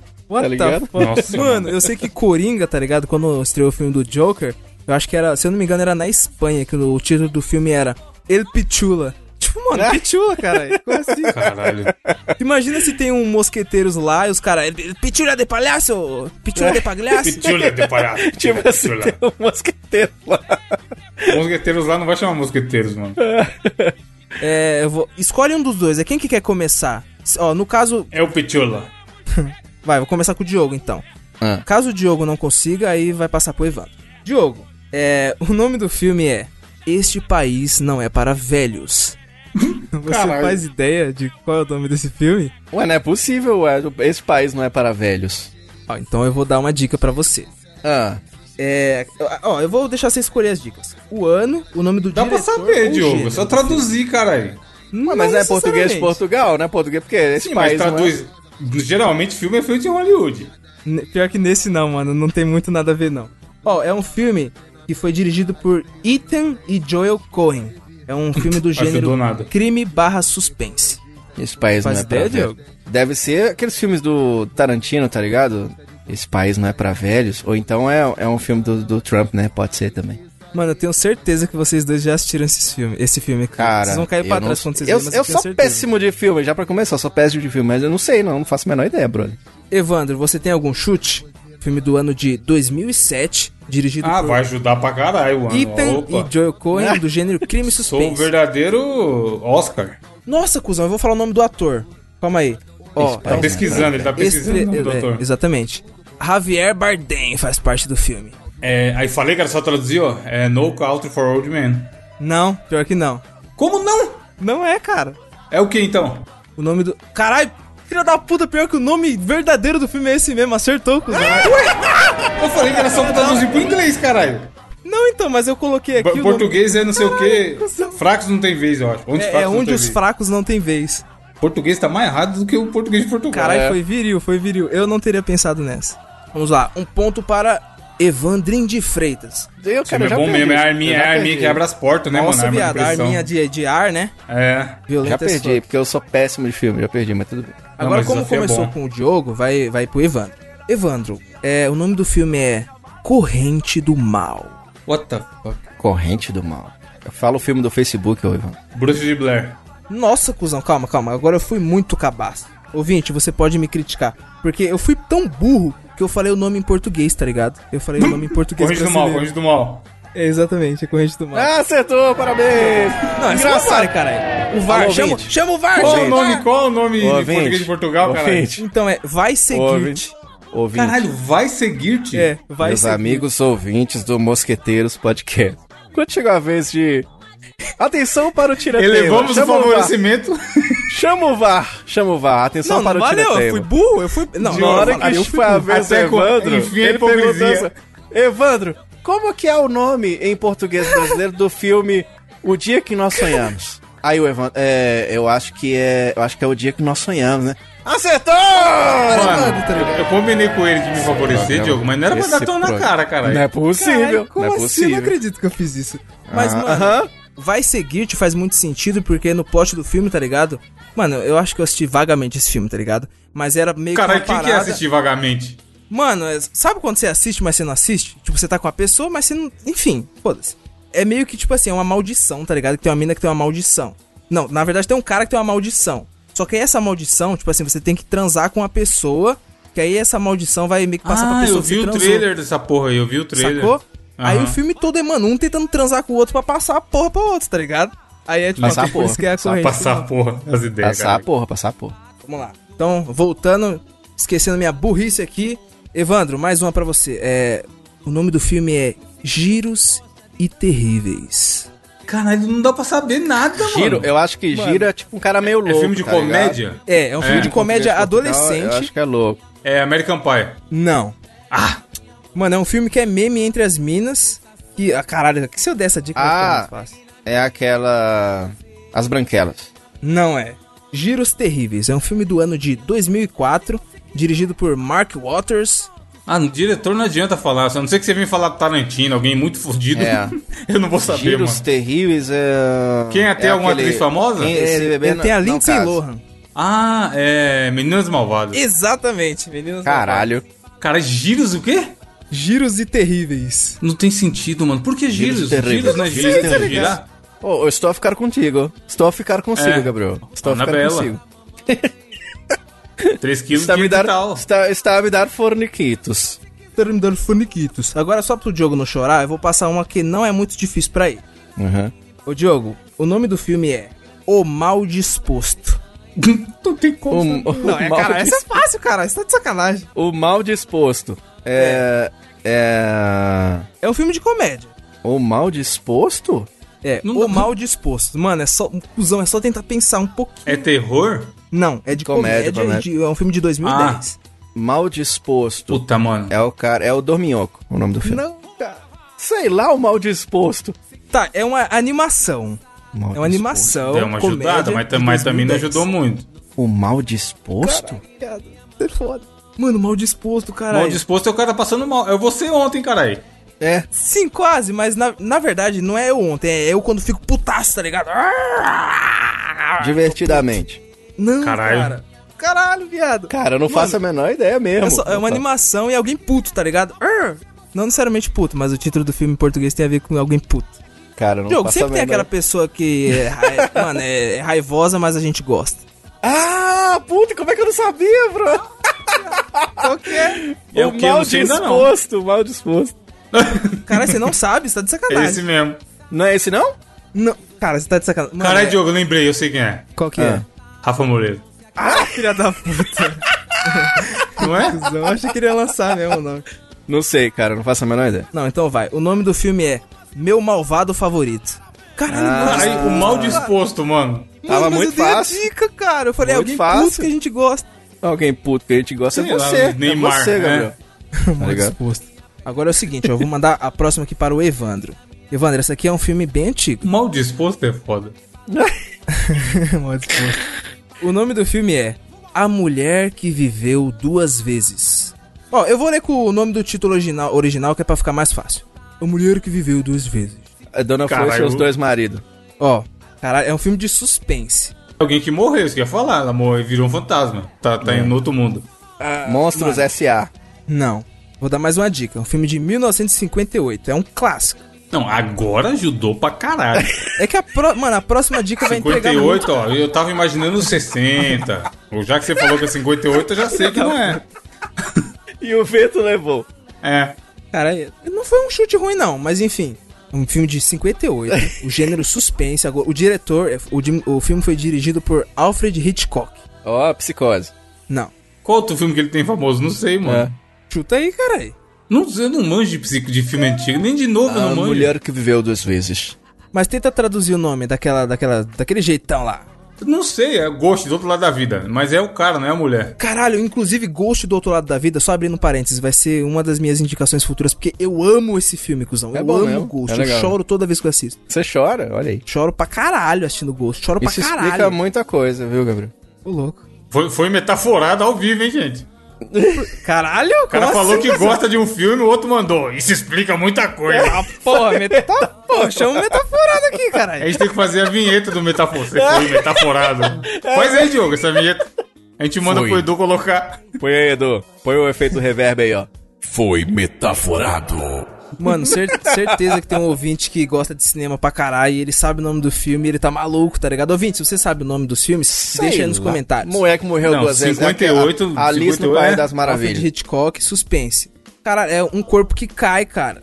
Speaker 3: tá
Speaker 4: What the
Speaker 3: ligado?
Speaker 4: fuck?
Speaker 2: Nossa,
Speaker 4: mano,
Speaker 2: mano.
Speaker 4: eu sei que Coringa, tá ligado? Quando estreou o filme do Joker, eu acho que era, se eu não me engano, era na Espanha, que o título do filme era El Pichula. Tipo,
Speaker 3: Ah.
Speaker 4: mano, Pichula, cara. Como assim?
Speaker 2: Caralho.
Speaker 4: Imagina se tem um mosqueteiros lá e os caras. "El Pichula de palhaço! Pichula de palhaço!
Speaker 2: Pitula de parada.
Speaker 3: Tipo assim, tem um mosqueteiro lá.
Speaker 2: Mosqueteiros lá não vai chamar mosqueteiros, mano.
Speaker 4: É, eu vou. Escolhe um dos dois, é quem que quer começar? S- Ó, no caso.
Speaker 2: É o Pitula.
Speaker 4: Vai, vou começar com o Diogo então.
Speaker 3: Ah.
Speaker 4: Caso o Diogo não consiga, aí vai passar pro Evandro. Diogo, é, o nome do filme é Este País Não É Para Velhos. Você
Speaker 2: Caralho.
Speaker 4: faz ideia de qual é o nome desse filme?
Speaker 3: Ué, não é possível, ué. Esse país não é para velhos.
Speaker 4: Ó, então eu vou dar uma dica pra você.
Speaker 3: Ah.
Speaker 4: É, ó, eu vou deixar você escolher as dicas. O ano, o nome do
Speaker 2: Dá pra
Speaker 4: diretor,
Speaker 2: saber,
Speaker 4: o
Speaker 2: Diogo.
Speaker 4: gênero.
Speaker 2: É só Ah, traduzir, caralho.
Speaker 4: Não
Speaker 3: mas não é português de
Speaker 4: necessariamente.
Speaker 3: Portugal, né? Português, porque esse
Speaker 2: Sim, mas
Speaker 3: país. não é-
Speaker 2: traduz. Geralmente filme é feito em Hollywood.
Speaker 4: Ne- Pior que nesse não, mano. Não tem muito nada a ver, não. Ó, é um filme que foi dirigido por Ethan e Joel Cohen. É um filme do gênero
Speaker 2: Ajudou nada.
Speaker 4: crime barra suspense.
Speaker 3: Esse país
Speaker 4: Faz
Speaker 3: não é pra
Speaker 4: ideia,
Speaker 3: velhos. Deve ser aqueles filmes do Tarantino, tá ligado? Esse país não é pra velhos. Ou então é, é um filme do, do Trump, né? Pode ser também.
Speaker 4: Mano, eu tenho certeza que vocês dois já assistiram esses filmes, esse filme. aqui.
Speaker 3: Cara.
Speaker 4: vocês vão cair
Speaker 3: eu
Speaker 4: pra
Speaker 3: não-
Speaker 4: trás quando vocês
Speaker 3: Eu,
Speaker 4: verem, mas
Speaker 3: eu
Speaker 4: tenho
Speaker 3: sou
Speaker 4: certeza.
Speaker 3: péssimo de filme, já pra começar, eu sou péssimo de filme, mas eu não sei, não. Não faço a menor ideia, brother.
Speaker 4: Evandro, você tem algum chute? Filme do ano de 2007, dirigido
Speaker 2: Ah,
Speaker 4: por
Speaker 2: vai ajudar pra caralho, mano.
Speaker 4: Ethan
Speaker 2: Opa.
Speaker 4: e Joel Cohen, do gênero crime
Speaker 2: Sou o
Speaker 4: suspense.
Speaker 2: verdadeiro Oscar.
Speaker 4: Nossa, cuzão, eu vou falar o nome do ator. Calma aí. Ó,
Speaker 3: Esse
Speaker 2: Tá
Speaker 3: É,
Speaker 2: pesquisando, ele tá pesquisando
Speaker 4: Estre...
Speaker 2: o nome do
Speaker 4: é,
Speaker 2: doutor.
Speaker 4: Exatamente. Javier Bardem faz parte do filme.
Speaker 2: É, aí falei que era só traduzir, ó. É No Country for Old Men.
Speaker 4: Não, pior que não.
Speaker 2: Como não?
Speaker 4: Não é, cara.
Speaker 2: É o que então?
Speaker 4: O nome do. Caralho, filha da puta, pior que o nome verdadeiro do filme é esse mesmo, acertou, cuzão.
Speaker 2: Eu falei que era só pra traduzir pro inglês, caralho.
Speaker 4: Não, então, mas eu coloquei aqui.
Speaker 2: Ba-
Speaker 4: o
Speaker 2: português é não sei
Speaker 4: Caralho,
Speaker 2: o
Speaker 4: cuzão.
Speaker 2: quê. Fracos não tem vez, eu acho. Onde
Speaker 4: nome... é,
Speaker 2: fracos
Speaker 4: é
Speaker 2: não
Speaker 4: onde
Speaker 2: tem
Speaker 4: os
Speaker 2: vez.
Speaker 4: fracos não têm vez.
Speaker 2: Português tá mais errado do que o português de Portugal.
Speaker 4: Caralho,
Speaker 3: É.
Speaker 4: foi viril, foi viril. Eu não teria pensado nessa. Vamos lá, um ponto para Evandrin de Freitas.
Speaker 3: Eu,
Speaker 2: Esse filme é bom mesmo, é a arminha, é a arminha que abre as portas, né,
Speaker 4: Nossa,
Speaker 2: mano?
Speaker 4: viado, a arminha de, de ar, né?
Speaker 2: É.
Speaker 3: Já
Speaker 4: Violenta as
Speaker 3: perdi, porque eu sou péssimo de filme, já perdi, mas tudo bem.
Speaker 2: Não,
Speaker 4: Agora,
Speaker 2: mas o
Speaker 4: como
Speaker 2: desafio é
Speaker 4: começou
Speaker 2: bom.
Speaker 4: com o Diogo, vai, vai pro Evandro. Evandro, é, o nome do filme é Corrente do Mal.
Speaker 2: What the fuck?
Speaker 3: Corrente do Mal. Eu falo o filme do Facebook, ô Ivan.
Speaker 2: Bruxo de Blair.
Speaker 4: Nossa, cuzão, calma, calma. Agora eu fui muito cabaço. Ouvinte, você pode me criticar. Porque eu fui tão burro que eu falei o nome em português, tá ligado? Eu falei o nome em português
Speaker 2: Corrente do mal,
Speaker 4: brasileiro.
Speaker 2: corrente do mal.
Speaker 4: É, exatamente, é Corrente do Mal.
Speaker 3: Ah, acertou, parabéns!
Speaker 4: Não, é
Speaker 3: engraçado.
Speaker 4: engraçado, caralho. O VAR,
Speaker 3: Alô,
Speaker 4: chama,
Speaker 3: ouvinte.
Speaker 4: chama o VAR,
Speaker 2: Qual
Speaker 4: chama
Speaker 2: o
Speaker 4: o
Speaker 2: nome,
Speaker 4: VAR.
Speaker 2: qual o nome de
Speaker 3: Ouvinte.
Speaker 2: português de Portugal, caralho?
Speaker 3: Ouvinte.
Speaker 4: Então é, vai seguir-te.
Speaker 3: Ouvinte. Ouvinte.
Speaker 2: Caralho, vai seguir-te?
Speaker 4: É, vai
Speaker 3: Meus
Speaker 4: seguir-te.
Speaker 3: amigos ouvintes do Mosqueteiros Podcast. Quando chegou a vez de. Atenção para o tiroteio.
Speaker 2: Elevamos o
Speaker 3: Chama VAR.
Speaker 2: favorecimento.
Speaker 3: Chama o VAR. Chama o VAR. Atenção
Speaker 4: Não,
Speaker 3: para
Speaker 4: não
Speaker 3: o
Speaker 4: valeu, eu
Speaker 3: tiroteio.
Speaker 4: fui burro, eu fui... Não,
Speaker 3: Na hora
Speaker 4: aí eu
Speaker 3: que
Speaker 4: fui
Speaker 3: foi a
Speaker 4: burro.
Speaker 3: vez do
Speaker 2: Até com-
Speaker 3: Evandro,
Speaker 2: enfim, a
Speaker 3: ele perguntou
Speaker 2: hipocrisia.
Speaker 3: assim, Evandro, como que é o nome em português brasileiro do filme O Dia que Nós Sonhamos? Aí o Evandro, é, eu acho que é, eu acho que é o dia que nós sonhamos, né? Acertou!
Speaker 2: Mano, eu, eu combinei com ele de me favorecer,
Speaker 3: programa-
Speaker 2: Diogo, mas não era pra
Speaker 3: esse
Speaker 2: dar tão na
Speaker 3: programa-
Speaker 2: cara, caralho.
Speaker 3: Não é possível.
Speaker 4: Caralho, como
Speaker 3: não é
Speaker 4: assim?
Speaker 3: possível.
Speaker 4: Não acredito que eu fiz isso. Mas,
Speaker 3: Ah,
Speaker 4: mano,
Speaker 3: aham.
Speaker 4: vai seguir te faz muito sentido, porque no plot do filme, tá ligado? Mano, eu acho que eu assisti vagamente esse filme, tá ligado? Mas era meio
Speaker 2: Caralho,
Speaker 4: que uma
Speaker 2: quem
Speaker 4: parada...
Speaker 2: quer assistir vagamente?
Speaker 4: Mano, é- sabe quando você assiste, mas você não assiste? Tipo, você tá com a pessoa, mas você não... Enfim, foda-se. É meio que, tipo assim, é uma maldição, tá ligado? Que tem uma mina que tem uma maldição. Não, na verdade tem um cara que tem uma maldição. Só que aí essa maldição, tipo assim, você tem que transar com a pessoa, que aí essa maldição vai meio que passar pra
Speaker 2: Ah,
Speaker 4: pessoa
Speaker 2: eu
Speaker 4: que você
Speaker 2: vi o
Speaker 4: transou.
Speaker 2: trailer dessa porra aí, eu vi o trailer.
Speaker 4: Sacou? Aí
Speaker 2: Aham.
Speaker 4: o filme todo é, mano, um tentando transar com o outro pra passar a porra pra outro, tá ligado? Aí é tipo,
Speaker 3: Passar
Speaker 4: assim,
Speaker 3: a
Speaker 4: por isso
Speaker 3: porra.
Speaker 4: que é a
Speaker 3: Passar-
Speaker 4: corrente.
Speaker 2: Passar a porra as ideias.
Speaker 3: Passar a
Speaker 2: caralho.
Speaker 3: porra, passar a porra.
Speaker 4: Vamos lá. Então, voltando, esquecendo minha burrice aqui. Evandro, mais uma pra você. É, o nome do filme é Giros e Terríveis.
Speaker 2: Caralho, não dá pra saber nada,
Speaker 3: Giro,
Speaker 2: mano.
Speaker 3: eu acho que Giro é tipo um cara meio
Speaker 2: É
Speaker 3: louco.
Speaker 2: filme de
Speaker 3: tá ligado?
Speaker 2: comédia?
Speaker 4: É, é um filme de comédia
Speaker 3: Portugal, Eu
Speaker 4: adolescente.
Speaker 3: acho que é louco.
Speaker 2: É American Pie.
Speaker 4: Não.
Speaker 2: Ah,
Speaker 4: Mano, é um filme que é meme entre as minas. E, ah, caralho, que se eu der essa dica vai ficar
Speaker 3: Ah.
Speaker 4: mais fácil.
Speaker 3: É aquela. As Branquelas.
Speaker 4: Não é. Giros Terríveis é um filme do ano de 2004, dirigido por Mark Waters.
Speaker 2: ah, no diretor não adianta falar, só não sei que você vem falar do Tarantino, alguém muito fodido.
Speaker 3: É.
Speaker 2: eu não vou saber,
Speaker 3: Giros
Speaker 2: mano.
Speaker 3: Terríveis é.
Speaker 2: Quem é, tem alguma atriz famosa?
Speaker 3: Quem- é esse bebê
Speaker 4: É, Ele
Speaker 3: não-
Speaker 4: tem a
Speaker 3: não
Speaker 4: Lindsay
Speaker 3: casa.
Speaker 4: Lohan.
Speaker 2: Ah, é. Meninas Malvadas.
Speaker 4: Exatamente, meninas.
Speaker 3: Caralho.
Speaker 2: Cara, giros o quê?
Speaker 4: Giros e Terríveis.
Speaker 2: Não tem sentido, mano. Por que giros?
Speaker 3: Giros tá terríveis.
Speaker 2: Giros, não é
Speaker 3: Giros
Speaker 2: giros, é
Speaker 3: terríveis.
Speaker 2: girar?
Speaker 3: Ô, eu estou a ficar contigo. Estou a ficar consigo,
Speaker 2: É.
Speaker 3: Gabriel. Estou a ficar
Speaker 2: Anabela.
Speaker 3: consigo.
Speaker 2: 3 quilos
Speaker 3: Está a
Speaker 2: de
Speaker 3: tá me dar,
Speaker 2: tal.
Speaker 3: está, está a me dar forniquitos.
Speaker 4: Terminando Funiquitos. Agora, só pro Diogo não chorar, eu vou passar uma que não é muito difícil pra ele.
Speaker 3: Uhum.
Speaker 4: Ô, Diogo, o nome do filme é O Mal Disposto.
Speaker 2: Não é, tem como.
Speaker 3: O, o mal dis-
Speaker 4: fácil, é, cara. Isso tá de sacanagem.
Speaker 3: o mal disposto. É, é.
Speaker 4: É um filme de comédia.
Speaker 3: O mal disposto?
Speaker 4: É,
Speaker 2: Não
Speaker 4: O
Speaker 2: dá-
Speaker 4: Mal Disposto. Mano, é só. Um cuzão, é só tentar pensar um pouquinho.
Speaker 2: É terror?
Speaker 4: Não, é de
Speaker 3: Comédia,
Speaker 4: comédia.
Speaker 3: comédia.
Speaker 4: e de- é um filme de 2010.
Speaker 2: Ah,
Speaker 3: Mal disposto.
Speaker 2: Puta, mano.
Speaker 3: É o cara, é o Dorminhoco, o nome do filme.
Speaker 4: Não, cara.
Speaker 3: Sei lá, o mal disposto.
Speaker 4: Tá, é uma animação.
Speaker 3: Mal
Speaker 4: É uma animação.
Speaker 2: Deu uma ajudada, mas,
Speaker 4: de
Speaker 2: tam- mas também não
Speaker 4: 2010.
Speaker 2: ajudou muito.
Speaker 3: disposto. O mal disposto?
Speaker 4: Cara, é foda. Mano, mal disposto, caralho.
Speaker 2: Mal disposto é o cara passando mal. É você ontem, caralho.
Speaker 3: É.
Speaker 4: Sim, quase, mas na, na verdade não é eu ontem, é eu quando fico putaço, tá ligado? Ah!
Speaker 3: Divertidamente.
Speaker 4: Não,
Speaker 2: Caralho.
Speaker 4: cara. Caralho, viado.
Speaker 3: Cara, eu não
Speaker 4: Mano,
Speaker 3: faço a menor ideia mesmo.
Speaker 4: É, só- é uma animação e alguém puto, tá ligado? Ah! Não necessariamente puto, mas o título do filme em português tem a ver com alguém puto.
Speaker 3: Cara, eu não
Speaker 4: Diogo,
Speaker 3: faço
Speaker 4: sempre
Speaker 3: a
Speaker 4: tem
Speaker 3: menor-
Speaker 2: né?
Speaker 4: aquela pessoa que é, ra- mano, é, é raivosa, mas a gente gosta.
Speaker 3: Ah, puta, como é que eu não sabia, bro?
Speaker 4: Qual que é?
Speaker 2: Eu
Speaker 3: o
Speaker 2: que eu
Speaker 3: mal
Speaker 2: não sei ainda não.
Speaker 3: disposto, o mal disposto.
Speaker 4: Cara, você não sabe, você tá de
Speaker 2: É
Speaker 4: sacanagem.
Speaker 2: esse mesmo.
Speaker 3: Não é esse não?
Speaker 4: Não, cara, você tá de sacanagem. Mano,
Speaker 2: Caralho,
Speaker 4: é-
Speaker 2: Diogo, lembrei, eu sei quem é.
Speaker 4: Qual que
Speaker 3: Ah.
Speaker 4: é?
Speaker 2: Rafa Moreira.
Speaker 4: Ah, filha da puta.
Speaker 2: Não é?
Speaker 4: Eu achei que ele ia lançar mesmo o nome.
Speaker 3: Não sei, cara, eu não faço a menor ideia.
Speaker 4: Não, então vai. O nome do filme é Meu Malvado Favorito. Caralho,
Speaker 3: Ah,
Speaker 4: mano,
Speaker 2: Caralho, o mal disposto, mano.
Speaker 3: Tava
Speaker 4: mas
Speaker 3: muito
Speaker 4: eu dei a
Speaker 3: fácil.
Speaker 4: dica, cara. Eu falei,
Speaker 3: Muito
Speaker 4: alguém
Speaker 3: fácil.
Speaker 4: puto que a gente gosta.
Speaker 3: Alguém puto que a gente gosta
Speaker 2: Sei
Speaker 3: é
Speaker 2: lá,
Speaker 3: você.
Speaker 2: o Neymar,
Speaker 3: é você,
Speaker 2: né?
Speaker 3: Gabriel. Tá
Speaker 4: Mal
Speaker 3: ligado?
Speaker 4: disposto. Agora é o seguinte, ó, eu vou mandar a próxima aqui para o Evandro. Evandro, essa aqui é um filme bem antigo.
Speaker 2: Mal disposto é foda.
Speaker 4: Mal disposto. O nome do filme é A Mulher que Viveu Duas Vezes. Ó, eu vou ler com o nome do título original, original que é pra ficar mais fácil. A Mulher que Viveu Duas Vezes.
Speaker 3: É Dona Flor e
Speaker 2: Caralho.
Speaker 3: seus dois maridos.
Speaker 4: Ó, caralho, é um filme de suspense.
Speaker 2: Alguém que morreu, isso que eu ia falar. Ela morreu, virou um fantasma. Tá, tá
Speaker 4: É.
Speaker 2: em outro mundo. Ah,
Speaker 3: Monstros S.A.
Speaker 4: Não. Vou dar mais uma dica. É um filme de 1958. É um clássico.
Speaker 2: Não, agora ajudou pra caralho.
Speaker 4: É que a, pró- mano, a próxima dica vai entregar muito.
Speaker 2: 58, ó. Eu tava imaginando 60. Ou Já que você falou que é 58, eu já sei que não é.
Speaker 3: E o vento levou.
Speaker 2: É.
Speaker 4: Cara, não foi um chute ruim, não. Mas, enfim. É Um filme de 58. o gênero suspense. Agora, o diretor... é, O, di- o filme foi dirigido por Alfred Hitchcock.
Speaker 3: Ó, psicose.
Speaker 4: Não.
Speaker 2: Qual outro filme que ele tem famoso? Não sei,
Speaker 4: É.
Speaker 2: mano.
Speaker 4: Chuta aí, caralho.
Speaker 2: Não, eu não manjo de, psico, de filme antigo, nem de novo eu
Speaker 3: A
Speaker 2: não manjo.
Speaker 3: Ah, mulher que viveu duas vezes.
Speaker 4: Mas tenta traduzir o nome daquela, daquela, daquele jeitão lá.
Speaker 2: Não sei, é Ghost do outro lado da vida. Mas é o cara, não é a mulher.
Speaker 4: Caralho, inclusive Ghost do Outro Lado da Vida, só abrindo parênteses, vai ser uma das minhas indicações futuras, porque eu amo esse filme, cuzão.
Speaker 3: É
Speaker 4: eu
Speaker 3: bom
Speaker 4: amo
Speaker 3: mesmo,
Speaker 4: Ghost,
Speaker 3: é
Speaker 4: eu
Speaker 3: legal.
Speaker 4: choro toda vez que eu assisto.
Speaker 3: Você chora, olha aí.
Speaker 4: Choro pra caralho assistindo Ghost. Choro
Speaker 3: Isso
Speaker 4: pra
Speaker 3: explica
Speaker 4: caralho.
Speaker 3: muita coisa, viu, Gabriel?
Speaker 4: Ô, louco.
Speaker 2: Foi, foi metaforado ao vivo, hein, gente?
Speaker 4: Caralho, assim?
Speaker 2: O cara falou que gosta de um filme, o outro mandou. Isso explica muita coisa.
Speaker 4: Ah,
Speaker 3: É.
Speaker 4: porra, meta... Pô, chama o metaforado aqui,
Speaker 2: A
Speaker 4: caralho.
Speaker 2: gente tem que fazer a vinheta do metafor. Você foi metaforado.
Speaker 3: É.
Speaker 2: Faz aí, Diogo, essa vinheta. A gente manda
Speaker 3: Foi.
Speaker 2: pro Edu colocar.
Speaker 3: Põe aí, Edu. Põe o efeito reverb aí, ó.
Speaker 6: Foi metaforado.
Speaker 4: Mano, cer- certeza que tem um ouvinte que gosta de cinema pra caralho, e ele sabe o nome do filme, e ele tá maluco, tá ligado? Ouvinte, se você sabe o nome dos filmes, deixa aí nos
Speaker 3: Sei lá.
Speaker 4: comentários.
Speaker 3: Moleque morreu
Speaker 2: Não,
Speaker 3: duas vezes. né?
Speaker 2: 58,
Speaker 3: A- Alice no
Speaker 2: 58,
Speaker 3: País
Speaker 2: é?
Speaker 3: das
Speaker 4: Alfred
Speaker 3: Maravilhas.
Speaker 4: Hitchcock, suspense. Cara, é um corpo que cai, cara.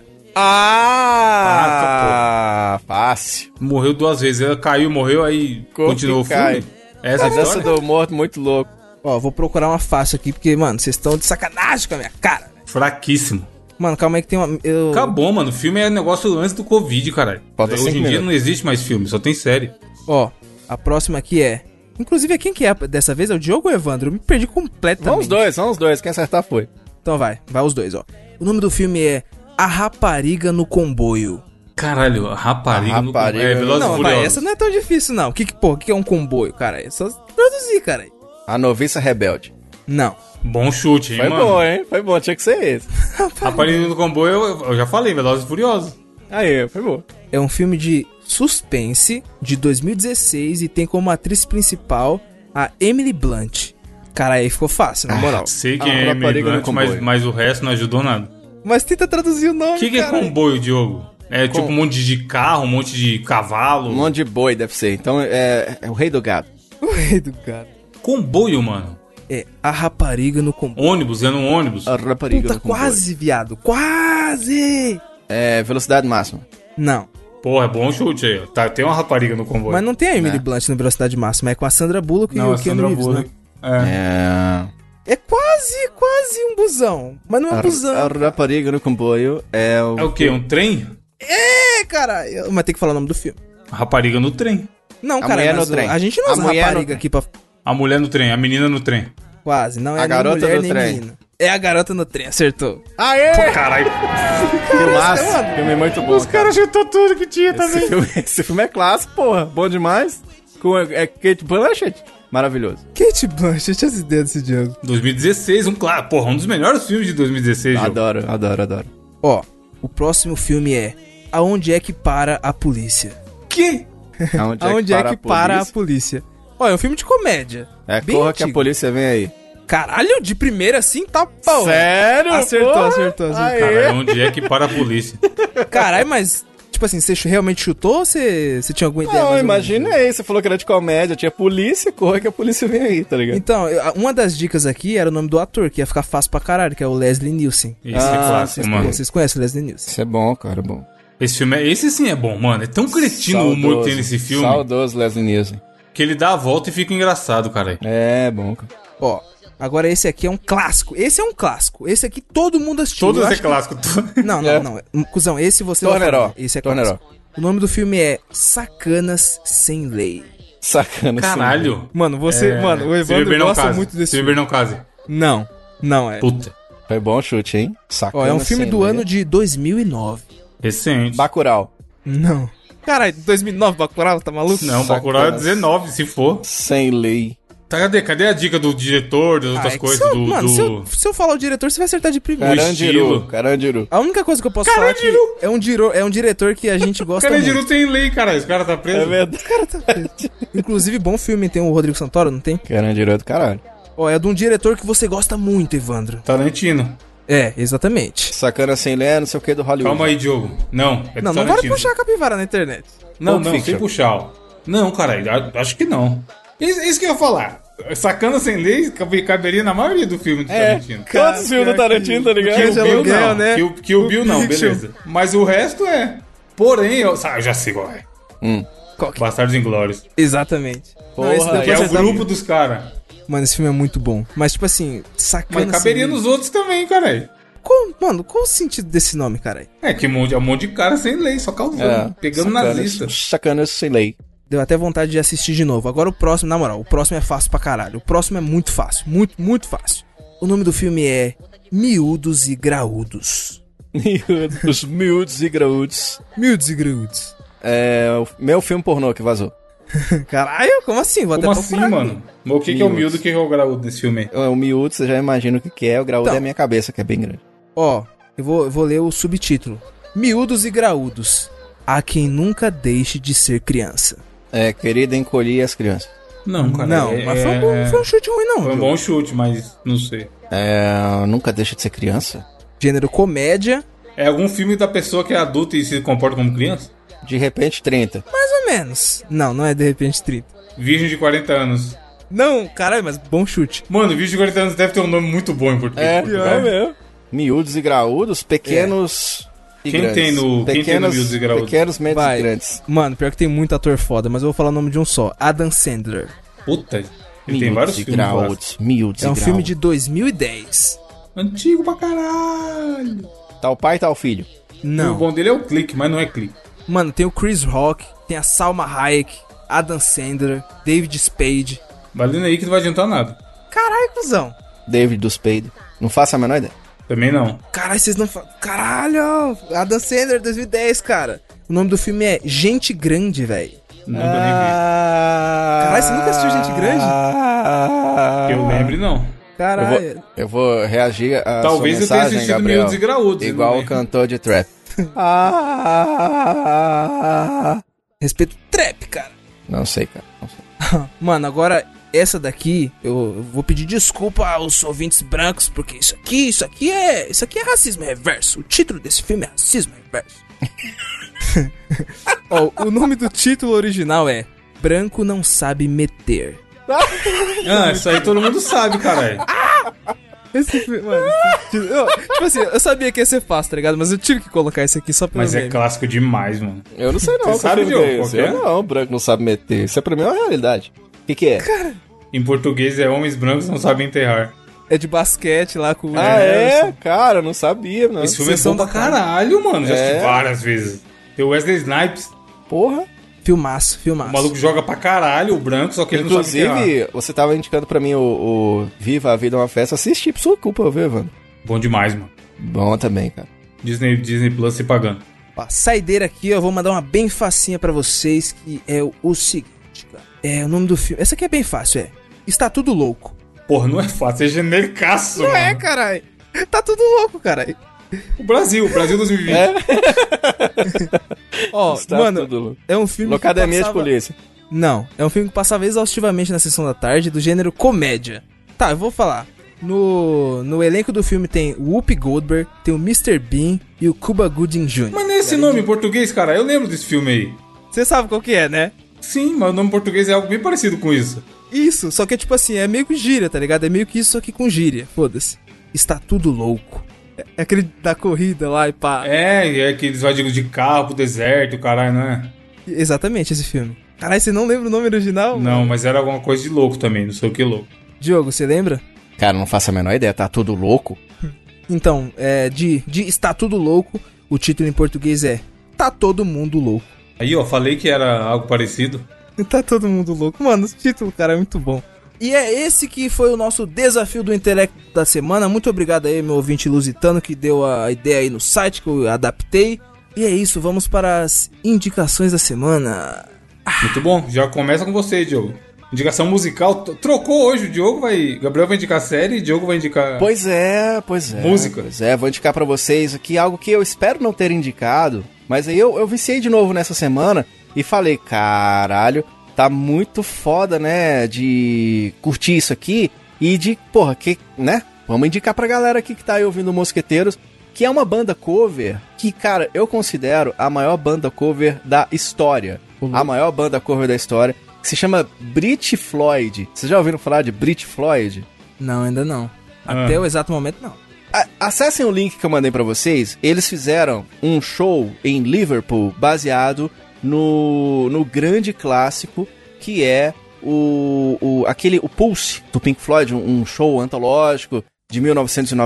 Speaker 3: Ah! fácil.
Speaker 2: Morreu duas vezes. Ela caiu, morreu, aí
Speaker 3: Corpo
Speaker 2: continuou o
Speaker 3: que cai.
Speaker 2: filme. Essa
Speaker 3: A
Speaker 2: é a
Speaker 3: dança
Speaker 2: história?
Speaker 3: do morto, muito louco.
Speaker 4: Ó, vou procurar uma faixa aqui, porque, mano, vocês estão de sacanagem com a minha cara.
Speaker 2: Fraquíssimo.
Speaker 4: Mano, calma aí que tem uma. Eu...
Speaker 2: Acabou, mano. O filme é negócio antes do Covid, caralho.
Speaker 3: Falta
Speaker 2: Hoje em
Speaker 3: cinco
Speaker 2: dia
Speaker 3: minutos.
Speaker 2: não existe mais filme, só tem série.
Speaker 4: Ó, a próxima aqui é. Inclusive, quem que é dessa vez? É o Diogo ou o Evandro? Eu me perdi completamente.
Speaker 3: Vamos os dois, vamos os dois. Quem acertar foi.
Speaker 4: Então vai, vai os dois, ó. O nome do filme é A Rapariga no Comboio.
Speaker 2: Caralho, a rapariga,
Speaker 3: A
Speaker 2: no-
Speaker 3: rapariga-
Speaker 2: É, Velozes e
Speaker 4: não,
Speaker 2: Furiosos.
Speaker 4: vai, essa não é tão difícil, não. O que, que pô, o que que é um comboio, cara? É só traduzir, cara.
Speaker 3: A noviça rebelde.
Speaker 4: Não.
Speaker 2: Bom chute, hein,
Speaker 3: Foi
Speaker 2: mano.
Speaker 3: bom, hein? Foi bom, tinha que ser esse.
Speaker 2: Rapariga do comboio, eu, eu já falei, Velozes e Furiosos.
Speaker 3: Aí, foi bom.
Speaker 4: É um filme de suspense de 2016 e tem como atriz principal a Emily Blunt. Cara, aí ficou fácil, na moral.
Speaker 2: Sei
Speaker 3: A
Speaker 2: quem é Emily
Speaker 3: rapariga no
Speaker 2: Blunt, mas,
Speaker 3: comboio.
Speaker 2: mas o resto não ajudou nada.
Speaker 4: Mas tenta traduzir o nome,
Speaker 2: O que, que é
Speaker 4: cara.
Speaker 2: comboio, Diogo? É tipo um monte de carro, um monte de cavalo.
Speaker 3: Um monte de boi deve ser. Então é, é o rei do gado.
Speaker 4: O rei do gato.
Speaker 2: Comboio, mano.
Speaker 4: É A Rapariga no Comboio.
Speaker 2: Ônibus, é um ônibus.
Speaker 3: A rapariga
Speaker 4: Puta,
Speaker 3: do comboio.
Speaker 4: quase, viado. Quase!
Speaker 3: É velocidade máxima.
Speaker 4: Não.
Speaker 2: Porra, é bom chute aí. ó. Tá, tem uma rapariga no comboio.
Speaker 4: Mas não tem a Emily Blunt no Velocidade Máxima, é com a Sandra Bullock e
Speaker 2: Né. Não,
Speaker 4: o
Speaker 2: é
Speaker 4: Keanu
Speaker 2: Sandra
Speaker 4: Reeves,
Speaker 2: Bullock.
Speaker 4: né?
Speaker 2: É.
Speaker 3: É.
Speaker 4: É quase, quase um busão. Mas não é um
Speaker 3: A,
Speaker 4: busão.
Speaker 3: a rapariga no comboio é o.
Speaker 2: É o quê? Um trem?
Speaker 4: É, cara. eu- Mas tem que falar o nome do filme.
Speaker 2: Rapariga no trem.
Speaker 4: Não,
Speaker 3: A
Speaker 4: cara,
Speaker 3: mulher
Speaker 4: mas
Speaker 3: no
Speaker 4: o-
Speaker 3: trem.
Speaker 4: a gente não
Speaker 3: A
Speaker 4: usa
Speaker 3: mulher no
Speaker 4: rapariga
Speaker 3: trem.
Speaker 4: aqui pra...
Speaker 2: A mulher no trem, a menina no trem.
Speaker 4: Quase, não é
Speaker 3: A
Speaker 4: nem
Speaker 3: garota
Speaker 4: mulher,
Speaker 3: do
Speaker 4: nem
Speaker 3: trem.
Speaker 4: menino. É a garota no trem, acertou.
Speaker 3: Aê!
Speaker 2: Caralho.
Speaker 3: Filmaço.
Speaker 4: mano.
Speaker 3: Filme muito bom. cara.
Speaker 2: chutou tudo que tinha
Speaker 3: Esse filme, esse filme é clássico, porra. Bom demais. Com a- é Kate Blanchett. Maravilhoso.
Speaker 4: Kate Blanchett, as ideias desse jogo.
Speaker 2: 2016, um claro. Porra, um dos melhores filmes de 2016, Diogo.
Speaker 3: Adoro, adoro, adoro.
Speaker 4: Ó, o próximo filme é Aonde é que para a polícia? Que?
Speaker 3: Aonde,
Speaker 4: Aonde é que para a
Speaker 3: polícia?
Speaker 4: polícia? Ó, é um filme de comédia.
Speaker 3: É,
Speaker 4: Bem
Speaker 3: corra que a
Speaker 4: antigo.
Speaker 3: polícia vem aí.
Speaker 4: Caralho, de primeira assim tá pau.
Speaker 3: Sério?
Speaker 4: Acertou,
Speaker 3: Porra?
Speaker 4: acertou, acertou.
Speaker 2: Caralho, onde é que para a polícia?
Speaker 4: Caralho, mas, tipo assim, você realmente chutou ou você, você tinha alguma ideia?
Speaker 3: Não,
Speaker 4: mais ou menos?
Speaker 3: imaginei. Você falou que era de comédia, tinha polícia, corra que a polícia vem aí, tá ligado?
Speaker 4: Então, eu- a- uma das dicas aqui era o nome do ator, que ia ficar fácil pra caralho, que é o Leslie Nielsen.
Speaker 2: Esse é
Speaker 3: Ah,
Speaker 2: clássico,
Speaker 4: Vocês,
Speaker 2: mano.
Speaker 4: vocês conhecem o Leslie Nielsen?
Speaker 3: Isso é bom, cara, bom.
Speaker 2: Esse filme é. Esse sim é bom, mano. É tão cretino o humor que tem nesse filme
Speaker 3: Saudoso Leslie Nielsen.
Speaker 2: que ele dá a volta e fica engraçado, cara.
Speaker 3: É bom, cara.
Speaker 4: Ó, agora esse aqui é um clássico. Esse é um clássico. Esse aqui todo mundo assistiu.
Speaker 2: Todos
Speaker 4: Eu
Speaker 2: é
Speaker 4: acho que-
Speaker 2: clássico.
Speaker 4: Não,
Speaker 3: É.
Speaker 4: não, não. Cusão, esse você vai
Speaker 3: Torneró.
Speaker 4: falar. Esse é
Speaker 3: Torneró.
Speaker 4: clássico. O nome do filme é Sacanas Sem Lei.
Speaker 3: Sacana. esse
Speaker 2: Caralho.
Speaker 4: Mano, você.
Speaker 2: É,
Speaker 4: Mano, o
Speaker 2: se
Speaker 4: Evandro
Speaker 2: beber não
Speaker 4: gosta
Speaker 2: case.
Speaker 4: muito desse
Speaker 2: Se
Speaker 4: filme.
Speaker 2: beber não case.
Speaker 4: Não, não é.
Speaker 2: Puta.
Speaker 3: filme. Foi bom o chute, hein? Sacana.
Speaker 4: Ó, é um filme
Speaker 3: sem
Speaker 4: do
Speaker 3: lei.
Speaker 4: ano de 2009.
Speaker 2: Recente.
Speaker 3: Bacurau.
Speaker 4: Não. Caralho, 2009, Bacurau, tá maluco?
Speaker 2: Não,
Speaker 3: Sacanagem.
Speaker 2: Bacurau é 19, se for.
Speaker 3: Sem lei.
Speaker 2: Tá, cadê? Cadê a dica do diretor, das
Speaker 4: Ah,
Speaker 2: outras
Speaker 4: é que
Speaker 2: coisas?
Speaker 4: se eu-
Speaker 2: do,
Speaker 4: mano,
Speaker 2: do-
Speaker 4: Se, eu, se eu falar o diretor, você vai acertar de primeira.
Speaker 2: Cara,
Speaker 3: Carandiru.
Speaker 2: estilo.
Speaker 3: Carandiru.
Speaker 4: A única coisa que eu posso falar é que
Speaker 2: Carandiru.
Speaker 4: é um, diro, é um diretor que a gente gosta
Speaker 2: Cara, é ele
Speaker 4: muito.
Speaker 2: não tem lei, cara. Esse cara tá
Speaker 4: É
Speaker 2: preso.
Speaker 3: É verdade.
Speaker 4: Inclusive, bom filme, tem o Rodrigo Santoro, não tem?
Speaker 3: Carandiru é do caralho.
Speaker 4: Ó, é de um diretor que você gosta muito, Evandro.
Speaker 2: Tarantino.
Speaker 4: É, exatamente.
Speaker 3: Sacana sem lei, é não sei o que do Hollywood.
Speaker 2: Calma aí, Diogo. Não, é do
Speaker 4: Não, não
Speaker 2: Tarantino.
Speaker 4: bora puxar a capivara na internet.
Speaker 2: Não,
Speaker 3: Pulp
Speaker 2: não, sem
Speaker 3: Fiction.
Speaker 2: puxar. ó. Não, cara, a- acho que não. Isso, isso que eu ia falar. Sacana sem lei cabe- caberia na maioria do filme tá do
Speaker 4: É,
Speaker 2: Tarantino.
Speaker 3: É. Quantos filmes do Tarantino, tá ligado?
Speaker 2: Kill
Speaker 4: Cães de
Speaker 2: Bill
Speaker 4: aluguel,
Speaker 2: não,
Speaker 4: né?
Speaker 2: Kill, Kill Bill não, beleza. Mas o resto é. Porém, eu, sabe, eu já sei qual é.
Speaker 3: Hum.
Speaker 4: Qual que- é?
Speaker 2: Bastardos Inglórios.
Speaker 4: Exatamente.
Speaker 3: Porra,
Speaker 4: esse
Speaker 3: aí
Speaker 2: Que é o
Speaker 4: você tá-
Speaker 2: grupo dos caras.
Speaker 4: Mano, esse filme é muito bom. Mas, tipo assim, sacana.
Speaker 2: Mas caberia
Speaker 4: assim,
Speaker 2: nos outros também, cara.
Speaker 4: Qual, mano, qual o sentido desse nome, cara?
Speaker 2: É que um monte- é um monte de cara sem lei, só causando,
Speaker 3: É,
Speaker 2: pegando
Speaker 3: sacanas-
Speaker 2: nazista.
Speaker 3: Sacanas sem lei.
Speaker 4: Deu até vontade de assistir de novo. Agora o próximo, na moral, o próximo é fácil pra caralho. O próximo é muito fácil. Muito, muito fácil. O nome do filme é Miúdos e Graúdos.
Speaker 3: Os miúdos e graúdos.
Speaker 4: Miúdos e Graúdos.
Speaker 3: É o meu filme pornô que vazou.
Speaker 4: Caralho, como assim? Vou
Speaker 2: Como
Speaker 4: até
Speaker 2: assim,
Speaker 4: procurar aqui.
Speaker 2: mano? Mas O que, que é o miúdo que é o graúdo desse filme? aí?
Speaker 3: É o miúdo, você já imagina o que que é, o graúdo
Speaker 4: Então.
Speaker 3: é a minha cabeça, que é bem grande.
Speaker 4: Ó, eu vou, eu vou ler o subtítulo. Miúdos e graúdos. A quem nunca deixe de ser criança.
Speaker 3: É, querida, encolhi as crianças.
Speaker 2: Não, cara.
Speaker 4: não,
Speaker 2: é-
Speaker 4: mas foi um,
Speaker 2: é-
Speaker 4: bom- foi um chute ruim, não.
Speaker 2: foi um
Speaker 4: viu?
Speaker 2: bom chute, mas não sei.
Speaker 3: É, nunca deixa de ser criança?
Speaker 4: Gênero comédia,
Speaker 2: É algum filme da pessoa que é adulta e se comporta como criança?
Speaker 3: De repente, 30.
Speaker 4: mais ou menos. Não, não é de repente 30.
Speaker 2: Virgem de 40 anos.
Speaker 4: Não, caralho, mas bom chute.
Speaker 2: Mano, Virgem de 40 anos deve ter um nome muito bom em português.
Speaker 3: É,
Speaker 2: Portugal.
Speaker 4: mesmo.
Speaker 3: Miúdos e graúdos, pequenos e
Speaker 2: Quem
Speaker 3: grandes.
Speaker 2: tem no- quem tem no miúdos e graúdos?
Speaker 3: Pequenos, médios
Speaker 4: Vai.
Speaker 3: e grandes.
Speaker 4: Mano, pior que tem muito ator foda, mas eu vou falar o nome de um só. Adam Sandler.
Speaker 2: Puta, ele tem vários
Speaker 3: e
Speaker 2: filmes. vários.
Speaker 3: graúdos, miúdos
Speaker 4: É
Speaker 3: e
Speaker 4: um filme
Speaker 3: graúdos.
Speaker 4: de 2010.
Speaker 2: Antigo pra caralho.
Speaker 3: Tal pai, tal filho.
Speaker 2: O
Speaker 4: Não.
Speaker 2: bom dele é o clique, mas não é clique.
Speaker 4: Mano, tem o Chris Rock, tem a Salma Hayek, Adam Sandler, David Spade.
Speaker 2: Valendo aí que não vai adiantar nada.
Speaker 4: Caralho, cuzão.
Speaker 3: David dos peidos. Não faça a menor ideia.
Speaker 2: Também não.
Speaker 4: Caralho, vocês não falam. Caralho, Adam Sandler 2010, cara. O nome do filme é Gente Grande, velho.
Speaker 2: Nunca nem vi.
Speaker 3: Ah.
Speaker 4: Caralho, você nunca assistiu Gente Grande?
Speaker 2: Que eu lembre, não.
Speaker 3: Ah. Eu
Speaker 4: Caralho.
Speaker 3: vou, eu vou reagir a
Speaker 2: Talvez
Speaker 3: sua
Speaker 2: eu tenha
Speaker 3: mensagem,
Speaker 2: assistido
Speaker 3: Gabriel,
Speaker 2: Miúdos e Graúdos, né? eu não
Speaker 3: Igual o
Speaker 2: lembro.
Speaker 3: cantor de trap.
Speaker 4: Ah. Respeito trap, cara.
Speaker 3: Não sei, cara. Não sei.
Speaker 4: Mano, agora essa daqui, eu eu vou pedir desculpa aos ouvintes brancos, porque isso aqui, isso aqui é, isso aqui é racismo reverso. O título desse filme é racismo reverso. Ó, o nome do título original é Branco não sabe meter.
Speaker 2: Ah, isso aí todo mundo sabe, caralho.
Speaker 4: Esse filme, mano. esse título- eu- tipo assim, eu sabia que ia ser fácil, tá ligado? Mas eu tive que colocar isso aqui só pra
Speaker 2: Mas é clássico demais, mano.
Speaker 3: Eu não sei não.
Speaker 2: Você
Speaker 3: que
Speaker 2: sabe,
Speaker 3: filme
Speaker 2: Diogo,
Speaker 3: que é
Speaker 2: qual
Speaker 3: esse.
Speaker 2: que
Speaker 3: Eu
Speaker 2: é?
Speaker 3: não, branco não sabe meter. Isso é pra mim uma realidade. O que, que é?
Speaker 2: Em português é homens brancos não sabem enterrar.
Speaker 4: É de basquete lá com o.
Speaker 3: ah, é? Cara, eu não sabia, não.
Speaker 2: Esse filme é
Speaker 4: sessão
Speaker 2: bom pra
Speaker 4: da tarde.
Speaker 2: caralho, mano. Já assisti
Speaker 3: É.
Speaker 2: várias vezes. Tem o Wesley Snipes,
Speaker 3: Porra.
Speaker 4: Filmaço,
Speaker 2: o
Speaker 4: filmaço.
Speaker 2: maluco joga pra caralho, o branco, só que ele não sabe enterrar.
Speaker 3: Inclusive, você tava indicando pra mim o, o Viva a Vida é uma Festa. Assisti por sua culpa, eu vi, Evandro.
Speaker 2: Bom demais, mano.
Speaker 3: Bom também, cara.
Speaker 2: Disney, Disney Plus se pagando.
Speaker 4: Ó, saideira aqui, eu vou mandar uma bem facinha pra vocês, que é o, o seguinte, cara. É o nome do filme. Essa aqui é bem fácil, é. Está tudo louco.
Speaker 2: Porra, não é fácil, é genericaço, mano.
Speaker 4: é, caralho. Tá tudo louco, caralho.
Speaker 2: O Brasil, o Brasil 2020.
Speaker 4: Ó,
Speaker 3: Está
Speaker 4: mano,
Speaker 3: tudo louco.
Speaker 4: é um filme
Speaker 3: Locademia
Speaker 4: passava-
Speaker 3: de polícia.
Speaker 4: Não, é um filme que passava exaustivamente na sessão da tarde, do gênero comédia. Tá, eu vou falar. No, no elenco do filme tem o Whoopi Goldberg, tem o Mr. Bean e o Cuba Gooding Jr.
Speaker 2: Mas não é esse nome em português, cara. Eu lembro desse filme aí.
Speaker 4: Você sabe qual que é, né?
Speaker 2: Sim, mas o nome em português é algo bem parecido com isso.
Speaker 4: Isso, só que é tipo assim, é meio que gíria, tá ligado? É meio que isso aqui com gíria, foda-se. Está tudo louco. É- É aquele da corrida lá e pá.
Speaker 2: É, é que eles vão digo, de carro pro deserto, caralho, não é?
Speaker 4: Exatamente esse filme. Caralho, você não lembra o nome original?
Speaker 2: Não, mas era alguma coisa de louco também, não sei o que louco.
Speaker 4: Diogo, você lembra?
Speaker 3: Cara, não faço a menor ideia, tá tudo louco.
Speaker 4: Então, é, de, de Está Tudo Louco, o título em português é Tá Todo Mundo Louco.
Speaker 2: Aí, ó, falei que era algo parecido.
Speaker 4: Tá todo mundo louco. Mano, esse título, cara, é muito bom. E é esse que foi o nosso desafio do intelecto da semana. Muito obrigado aí, meu ouvinte lusitano, que deu a ideia aí no site, que eu adaptei. E é isso, vamos para as indicações da semana.
Speaker 2: Muito bom, já começa com você, Diogo. Indicação musical, t- trocou hoje, o Diogo vai. Gabriel vai indicar série e Diogo vai indicar.
Speaker 3: Pois é, pois é.
Speaker 2: Música.
Speaker 3: Pois é, vou indicar pra vocês aqui algo que eu espero não ter indicado, mas aí eu, eu viciei de novo nessa semana e falei, caralho, tá muito foda, né, de curtir isso aqui e de, porra, que, né, vamos indicar pra galera aqui que tá aí ouvindo Mosqueteiros, que é uma banda cover que, cara, eu considero a maior banda cover da história. A maior banda cover da história, que se chama Brit Floyd. Vocês já ouviram falar de Brit Floyd?
Speaker 4: Não, ainda não. Até o exato momento, não.
Speaker 3: A- Acessem o link que eu mandei pra vocês. Eles fizeram um show em Liverpool baseado no, no grande clássico que é o, o aquele o Pulse do Pink Floyd, um, um show antológico de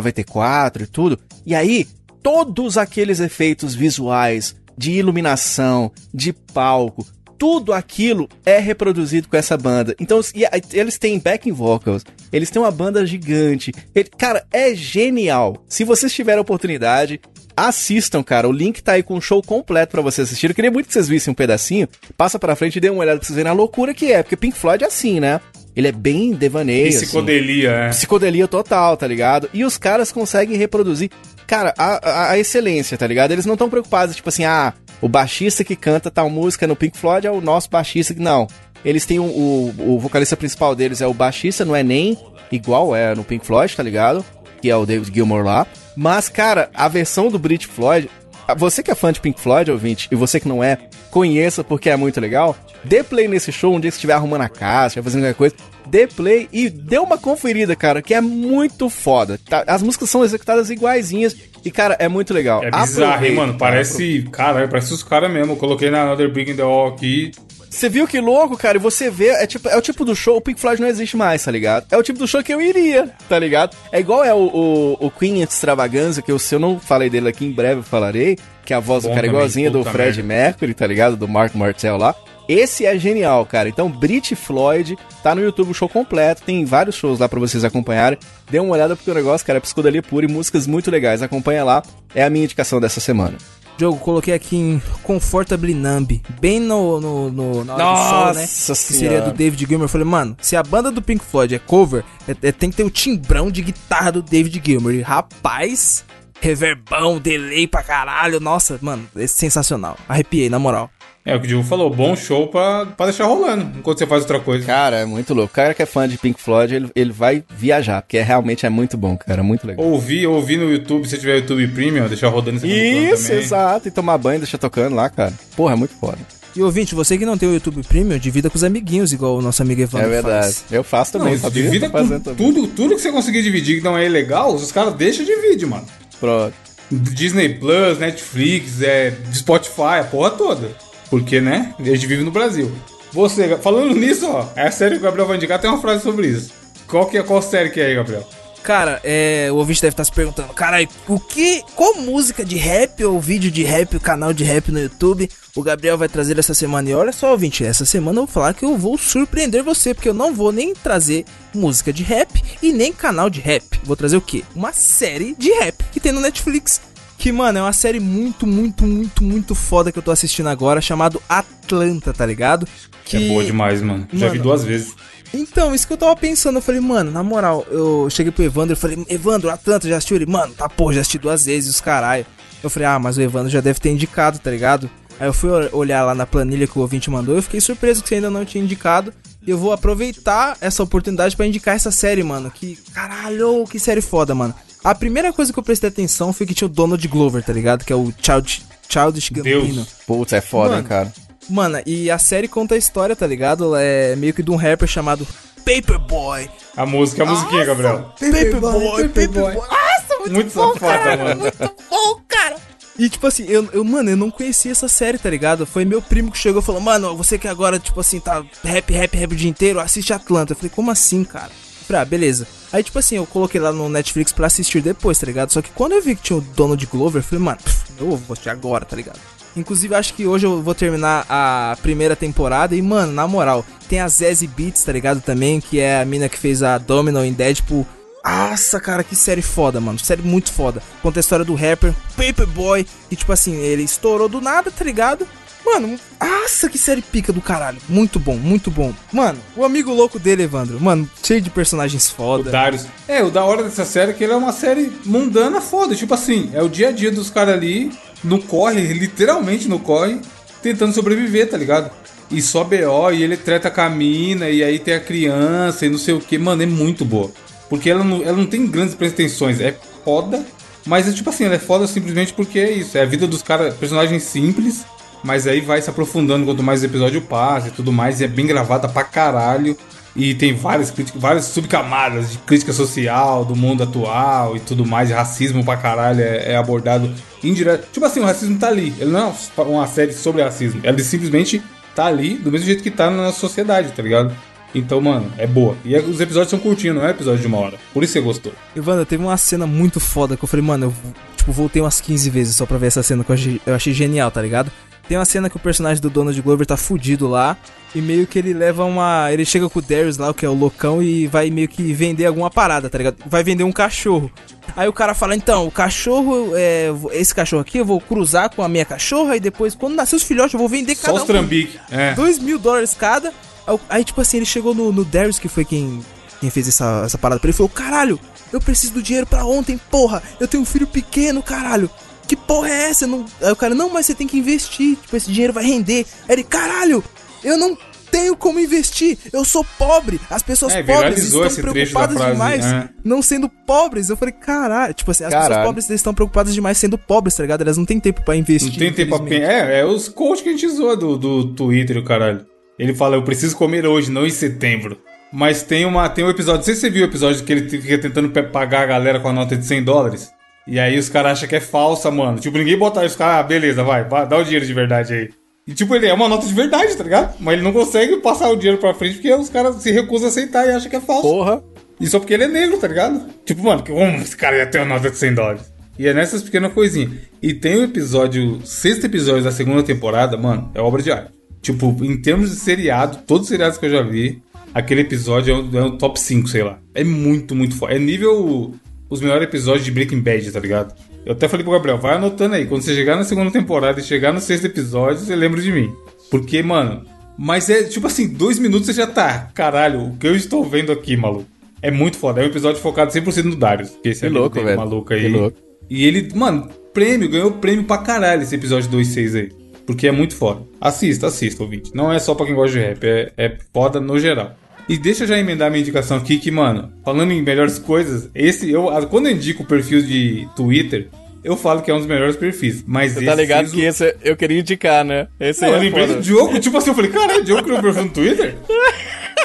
Speaker 3: 1994 e tudo. E aí todos aqueles efeitos visuais de iluminação, de palco, tudo aquilo é reproduzido com essa banda. Então, e a- eles têm backing vocals, eles têm uma banda gigante. Ele- cara, é genial. Se vocês tiverem a oportunidade, assistam, cara. O link tá aí com o show completo pra vocês assistirem. Eu queria muito que vocês vissem um pedacinho. Passa pra frente e dê uma olhada pra vocês verem a loucura que é, porque Pink Floyd é assim, né? Ele é bem devaneio. assim
Speaker 2: Psicodelia, é.
Speaker 3: psicodelia total, tá ligado? E os caras conseguem reproduzir, cara, a, a- a excelência, tá ligado? Eles não estão preocupados, tipo assim, ah, o baixista que canta tal música no Pink Floyd é o nosso baixista. que Não. Eles têm o, o, o vocalista principal deles é o baixista, não é nem igual é no Pink Floyd, tá ligado? Que é o David Gilmour lá. Mas, cara, a versão do Brit Floyd ah, Você que é fã de Pink Floyd, ouvinte, e você que não é, conheça porque é muito legal. Dê play nesse show um dia que você estiver arrumando a casa, estiver fazendo qualquer coisa. Dê play e dê uma conferida, cara, que é muito foda. Tá? As músicas são executadas iguaizinhas e, cara, é muito legal.
Speaker 2: É bizarro, hein,
Speaker 3: Aproveita,
Speaker 2: mano?
Speaker 3: cara,
Speaker 2: Parece. Caralho, parece os caras mesmo. Eu coloquei na Another Big in the Wall aqui.
Speaker 3: Você viu que louco, cara? E você vê, é, tipo, é o tipo do show, o Pink Floyd não existe mais, tá ligado? É o tipo do show que eu iria, tá ligado? É igual é o, o, o Queen Extravaganza, que eu, se eu não falei dele aqui, em breve eu falarei, que a voz
Speaker 2: Bom
Speaker 3: do cara é
Speaker 2: também,
Speaker 3: igualzinha do
Speaker 2: puta
Speaker 3: Fred
Speaker 2: merda.
Speaker 3: Mercury, tá ligado? Do Mark Martel lá. Esse é genial, cara. Então, Brit Floyd tá no YouTube o show completo, tem vários shows lá pra vocês acompanharem. Dê uma olhada porque o negócio, cara, é psicodelia pura e músicas muito legais. Acompanha lá, é a minha indicação dessa semana.
Speaker 4: Diogo, coloquei aqui em Comfortably Numb, bem no, no, no- na hora do sol, né?
Speaker 3: Nossa
Speaker 4: Que seria
Speaker 3: Senhora.
Speaker 4: do David Gilmour. Eu falei, mano, se a banda do Pink Floyd é cover, é- é- tem que ter o timbrão de guitarra do David Gilmour. E, rapaz, reverbão, delay pra caralho. Nossa, mano, é sensacional. Arrepiei, na moral.
Speaker 2: É o que o Diogo falou, bom show pra, pra deixar rolando enquanto você faz outra coisa.
Speaker 3: Cara, é muito louco. O cara que é fã de Pink Floyd, ele, ele vai viajar, porque é- realmente é muito bom, cara. Muito legal.
Speaker 2: Ouvir, ouvir no YouTube, se tiver YouTube Premium, deixar rodando esse
Speaker 3: Isso, exato. E tomar banho, deixa tocando lá, cara. Porra, é muito foda.
Speaker 4: E ouvinte, você que não tem o YouTube Premium, divida com os amiguinhos, igual o nosso amigo Evandro
Speaker 3: é verdade.
Speaker 4: faz.
Speaker 3: Eu faço também,
Speaker 2: Não,
Speaker 3: sabia?
Speaker 2: divida
Speaker 3: Tô
Speaker 2: com
Speaker 3: fazendo também.
Speaker 2: tudo, tudo que você conseguir dividir que não é ilegal, os caras deixam de vídeo, mano.
Speaker 3: Pronto.
Speaker 2: Disney Plus, Netflix, é, Spotify, a porra toda. Porque, né? A gente vive no Brasil. Você, falando nisso, ó, é sério que o Gabriel vai indicar, tem uma frase sobre isso. Qual, que é, qual série que é aí, Gabriel?
Speaker 4: Cara, é, o ouvinte deve estar se perguntando, caralho, o que, qual música de rap ou vídeo de rap, o canal de rap no YouTube, o Gabriel vai trazer essa semana? E olha só, ouvinte, essa semana eu vou falar que eu vou surpreender você, porque eu não vou nem trazer música de rap e nem canal de rap. Vou trazer o quê? Uma série de rap que tem no Netflix, que, mano, é uma série muito, muito, muito, muito foda que eu tô assistindo agora, chamado Atlanta, tá ligado? Que
Speaker 2: é demais, mano. Já vi
Speaker 4: Mano.
Speaker 2: duas vezes.
Speaker 4: então, isso que eu tava pensando, eu falei, mano, na moral, eu cheguei pro Evandro, eu falei, Evandro, Atlanta, já assistiu? Ele, mano, tá porra, já assisti duas vezes, os caralho. Eu falei, ah, mas o Evandro já deve ter indicado, tá ligado? Aí eu fui ol- olhar lá na planilha que o ouvinte mandou, eu fiquei surpreso que você ainda não tinha indicado. E eu vou aproveitar essa oportunidade pra indicar essa série, mano, que, caralho, que série foda, mano. A primeira coisa que eu prestei atenção foi que tinha o Donald Glover, tá ligado? Que é o Child, Childish Gambino.
Speaker 2: Deus.
Speaker 3: Putz, é foda,
Speaker 4: Mano.
Speaker 3: hein, cara.
Speaker 4: Mano, e a série conta a história, tá ligado? É meio que de um rapper chamado Paperboy.
Speaker 2: A música, a musiquinha, Gabriel.
Speaker 4: Paperboy, Ah, Paperboy. Nossa, muito,
Speaker 2: Muito
Speaker 4: bom,
Speaker 2: safada,
Speaker 4: cara.
Speaker 2: mano.
Speaker 4: Muito bom, cara. E tipo assim, eu, eu, mano, eu não conhecia essa série, tá ligado? Foi meu primo que chegou e falou, mano, você que agora, tipo assim, tá rap, rap, rap o dia inteiro, assiste Atlanta. Eu falei, como assim, cara? Eu falei, ah, beleza. Aí, tipo assim, eu coloquei lá no Netflix pra assistir depois, tá ligado? Só que quando eu vi que tinha o Donald Glover, eu falei, mano, pff, eu vou assistir agora, tá ligado? Inclusive, acho que hoje eu vou terminar a primeira temporada. E, mano, na moral, tem a Zazie Beats, tá ligado? Também, que é a mina que fez a Domino em Deadpool. Nossa, cara, que série foda, mano. Série muito foda. Conta a história do rapper Paperboy. E, tipo assim, ele estourou do nada, tá ligado? Mano, nossa, que série pica do caralho. Muito bom, muito bom. Mano, o amigo louco dele, Evandro. Mano, cheio de personagens
Speaker 2: O
Speaker 4: foda.
Speaker 2: Darius. É, o da hora dessa série é que ele é uma série mundana foda. Tipo assim, é o dia a dia dos caras ali, no corre, literalmente no corre, tentando sobreviver, tá ligado? E só BO, e ele treta com a mina, e aí tem a criança, e não sei o que. Mano, é muito boa. Porque ela não, ela não tem grandes pretensões, é foda. Mas é tipo assim, ela é foda simplesmente porque é isso. É a vida dos caras, personagens simples, mas aí vai se aprofundando quanto mais o episódio passa e tudo mais. E é bem gravada pra caralho. E tem várias críticas, várias subcamadas de crítica social do mundo atual e tudo mais. E Racismo pra caralho é, é abordado indireto. Tipo assim, o racismo tá ali. Ele não é uma série sobre racismo. Ele simplesmente tá ali do mesmo jeito que tá na nossa sociedade, tá ligado? Então, mano, é boa. E é- os episódios são curtinhos, não é episódio de uma hora. Por isso você gostou.
Speaker 4: Ivana, teve uma cena muito foda que eu falei, mano, eu tipo, voltei umas 15 vezes só pra ver essa cena que eu achei, eu achei genial, tá ligado? Tem uma cena que o personagem do Donald Glover tá fudido lá. E meio que ele leva uma. Ele chega com o Darius lá, o que é o loucão, e vai meio que vender alguma parada, tá ligado? Vai vender um cachorro. Aí o cara fala: então, o cachorro, é, esse cachorro aqui eu vou cruzar com a minha cachorra. E depois, quando nascer os filhotes, eu vou vender
Speaker 2: Só
Speaker 4: cada
Speaker 2: os
Speaker 4: um por
Speaker 2: trambiques. É.
Speaker 4: 2 mil dólares cada. Aí, o- aí, tipo assim, ele chegou no, no Darius, que foi quem, quem fez essa, essa parada pra ele, e falou: Caralho, eu preciso do dinheiro pra ontem, porra, eu tenho um filho pequeno, caralho. Que porra é essa? Não... Aí o cara, não, mas você tem que investir, tipo, esse dinheiro vai render. Aí ele, caralho, eu não tenho como investir, eu sou pobre, as pessoas
Speaker 2: É,
Speaker 4: pobres
Speaker 2: viralizou
Speaker 4: estão
Speaker 2: esse trecho da
Speaker 4: preocupadas
Speaker 2: frase,
Speaker 4: demais
Speaker 2: é.
Speaker 4: não sendo pobres. Eu falei, caralho, tipo assim, as pessoas
Speaker 3: Caralho.
Speaker 4: pobres eles estão preocupadas demais sendo pobres, tá ligado? Elas não têm tempo pra investir.
Speaker 2: Não tem tempo a
Speaker 4: infelizmente.
Speaker 2: pen- É, é os coach que a gente zoa do, do Twitter, o caralho. Ele fala, eu preciso comer hoje, não em setembro. Mas tem, uma, tem um episódio, não sei se você viu o episódio que ele fica tentando pe- pagar a galera com a nota de 100 dólares. E aí os caras acham que é falsa, mano. Tipo, ninguém bota isso, cara, ah, beleza, vai, vai, dá o dinheiro de verdade aí. E tipo, ele é uma nota de verdade, tá ligado? Mas ele não consegue passar o dinheiro pra frente porque os caras se recusam a aceitar e acham que é falso.
Speaker 3: Porra.
Speaker 2: E só porque ele é negro, tá ligado? Tipo, mano, que- como esse cara ia ter uma nota de 100 dólares? E é nessas pequenas coisinhas. E tem o episódio, sexto episódio da segunda temporada, mano, é obra de arte. Tipo, em termos de seriado, todos os seriados que eu já vi, aquele episódio é um, é um top 5, sei lá. É muito, muito foda. É nível os melhores episódios de Breaking Bad, tá ligado? Eu até falei pro Gabriel, vai anotando aí. Quando você chegar na segunda temporada e chegar no sexto episódio, você lembra de mim. Porque, mano, mas é tipo assim, dois minutos você já tá. Caralho, o que eu estou vendo aqui, maluco? É muito foda. É um episódio focado 100% no Darius. Que esse
Speaker 3: Que
Speaker 2: amigo
Speaker 3: louco,
Speaker 2: dele,
Speaker 3: velho.
Speaker 2: maluco
Speaker 3: Que
Speaker 2: aí.
Speaker 3: louco.
Speaker 2: E ele, mano, prêmio, ganhou prêmio pra caralho esse episódio 2.6 aí. Porque é muito foda. Assista, assista, ouvinte. Não é só pra quem gosta de rap, é, é foda no geral. E deixa eu já emendar minha indicação aqui que, mano, falando em melhores coisas, esse, eu, a- quando eu indico o perfil de Twitter, eu falo que é um dos melhores perfis. Mas
Speaker 3: Você tá
Speaker 2: esse
Speaker 3: ligado
Speaker 2: siso-
Speaker 3: que esse eu queria indicar, né? Esse
Speaker 2: não, eu
Speaker 3: aí é
Speaker 2: lembrei
Speaker 3: foda.
Speaker 2: do Diogo, tipo assim, eu falei, caralho, o Diogo criou perfil no Twitter?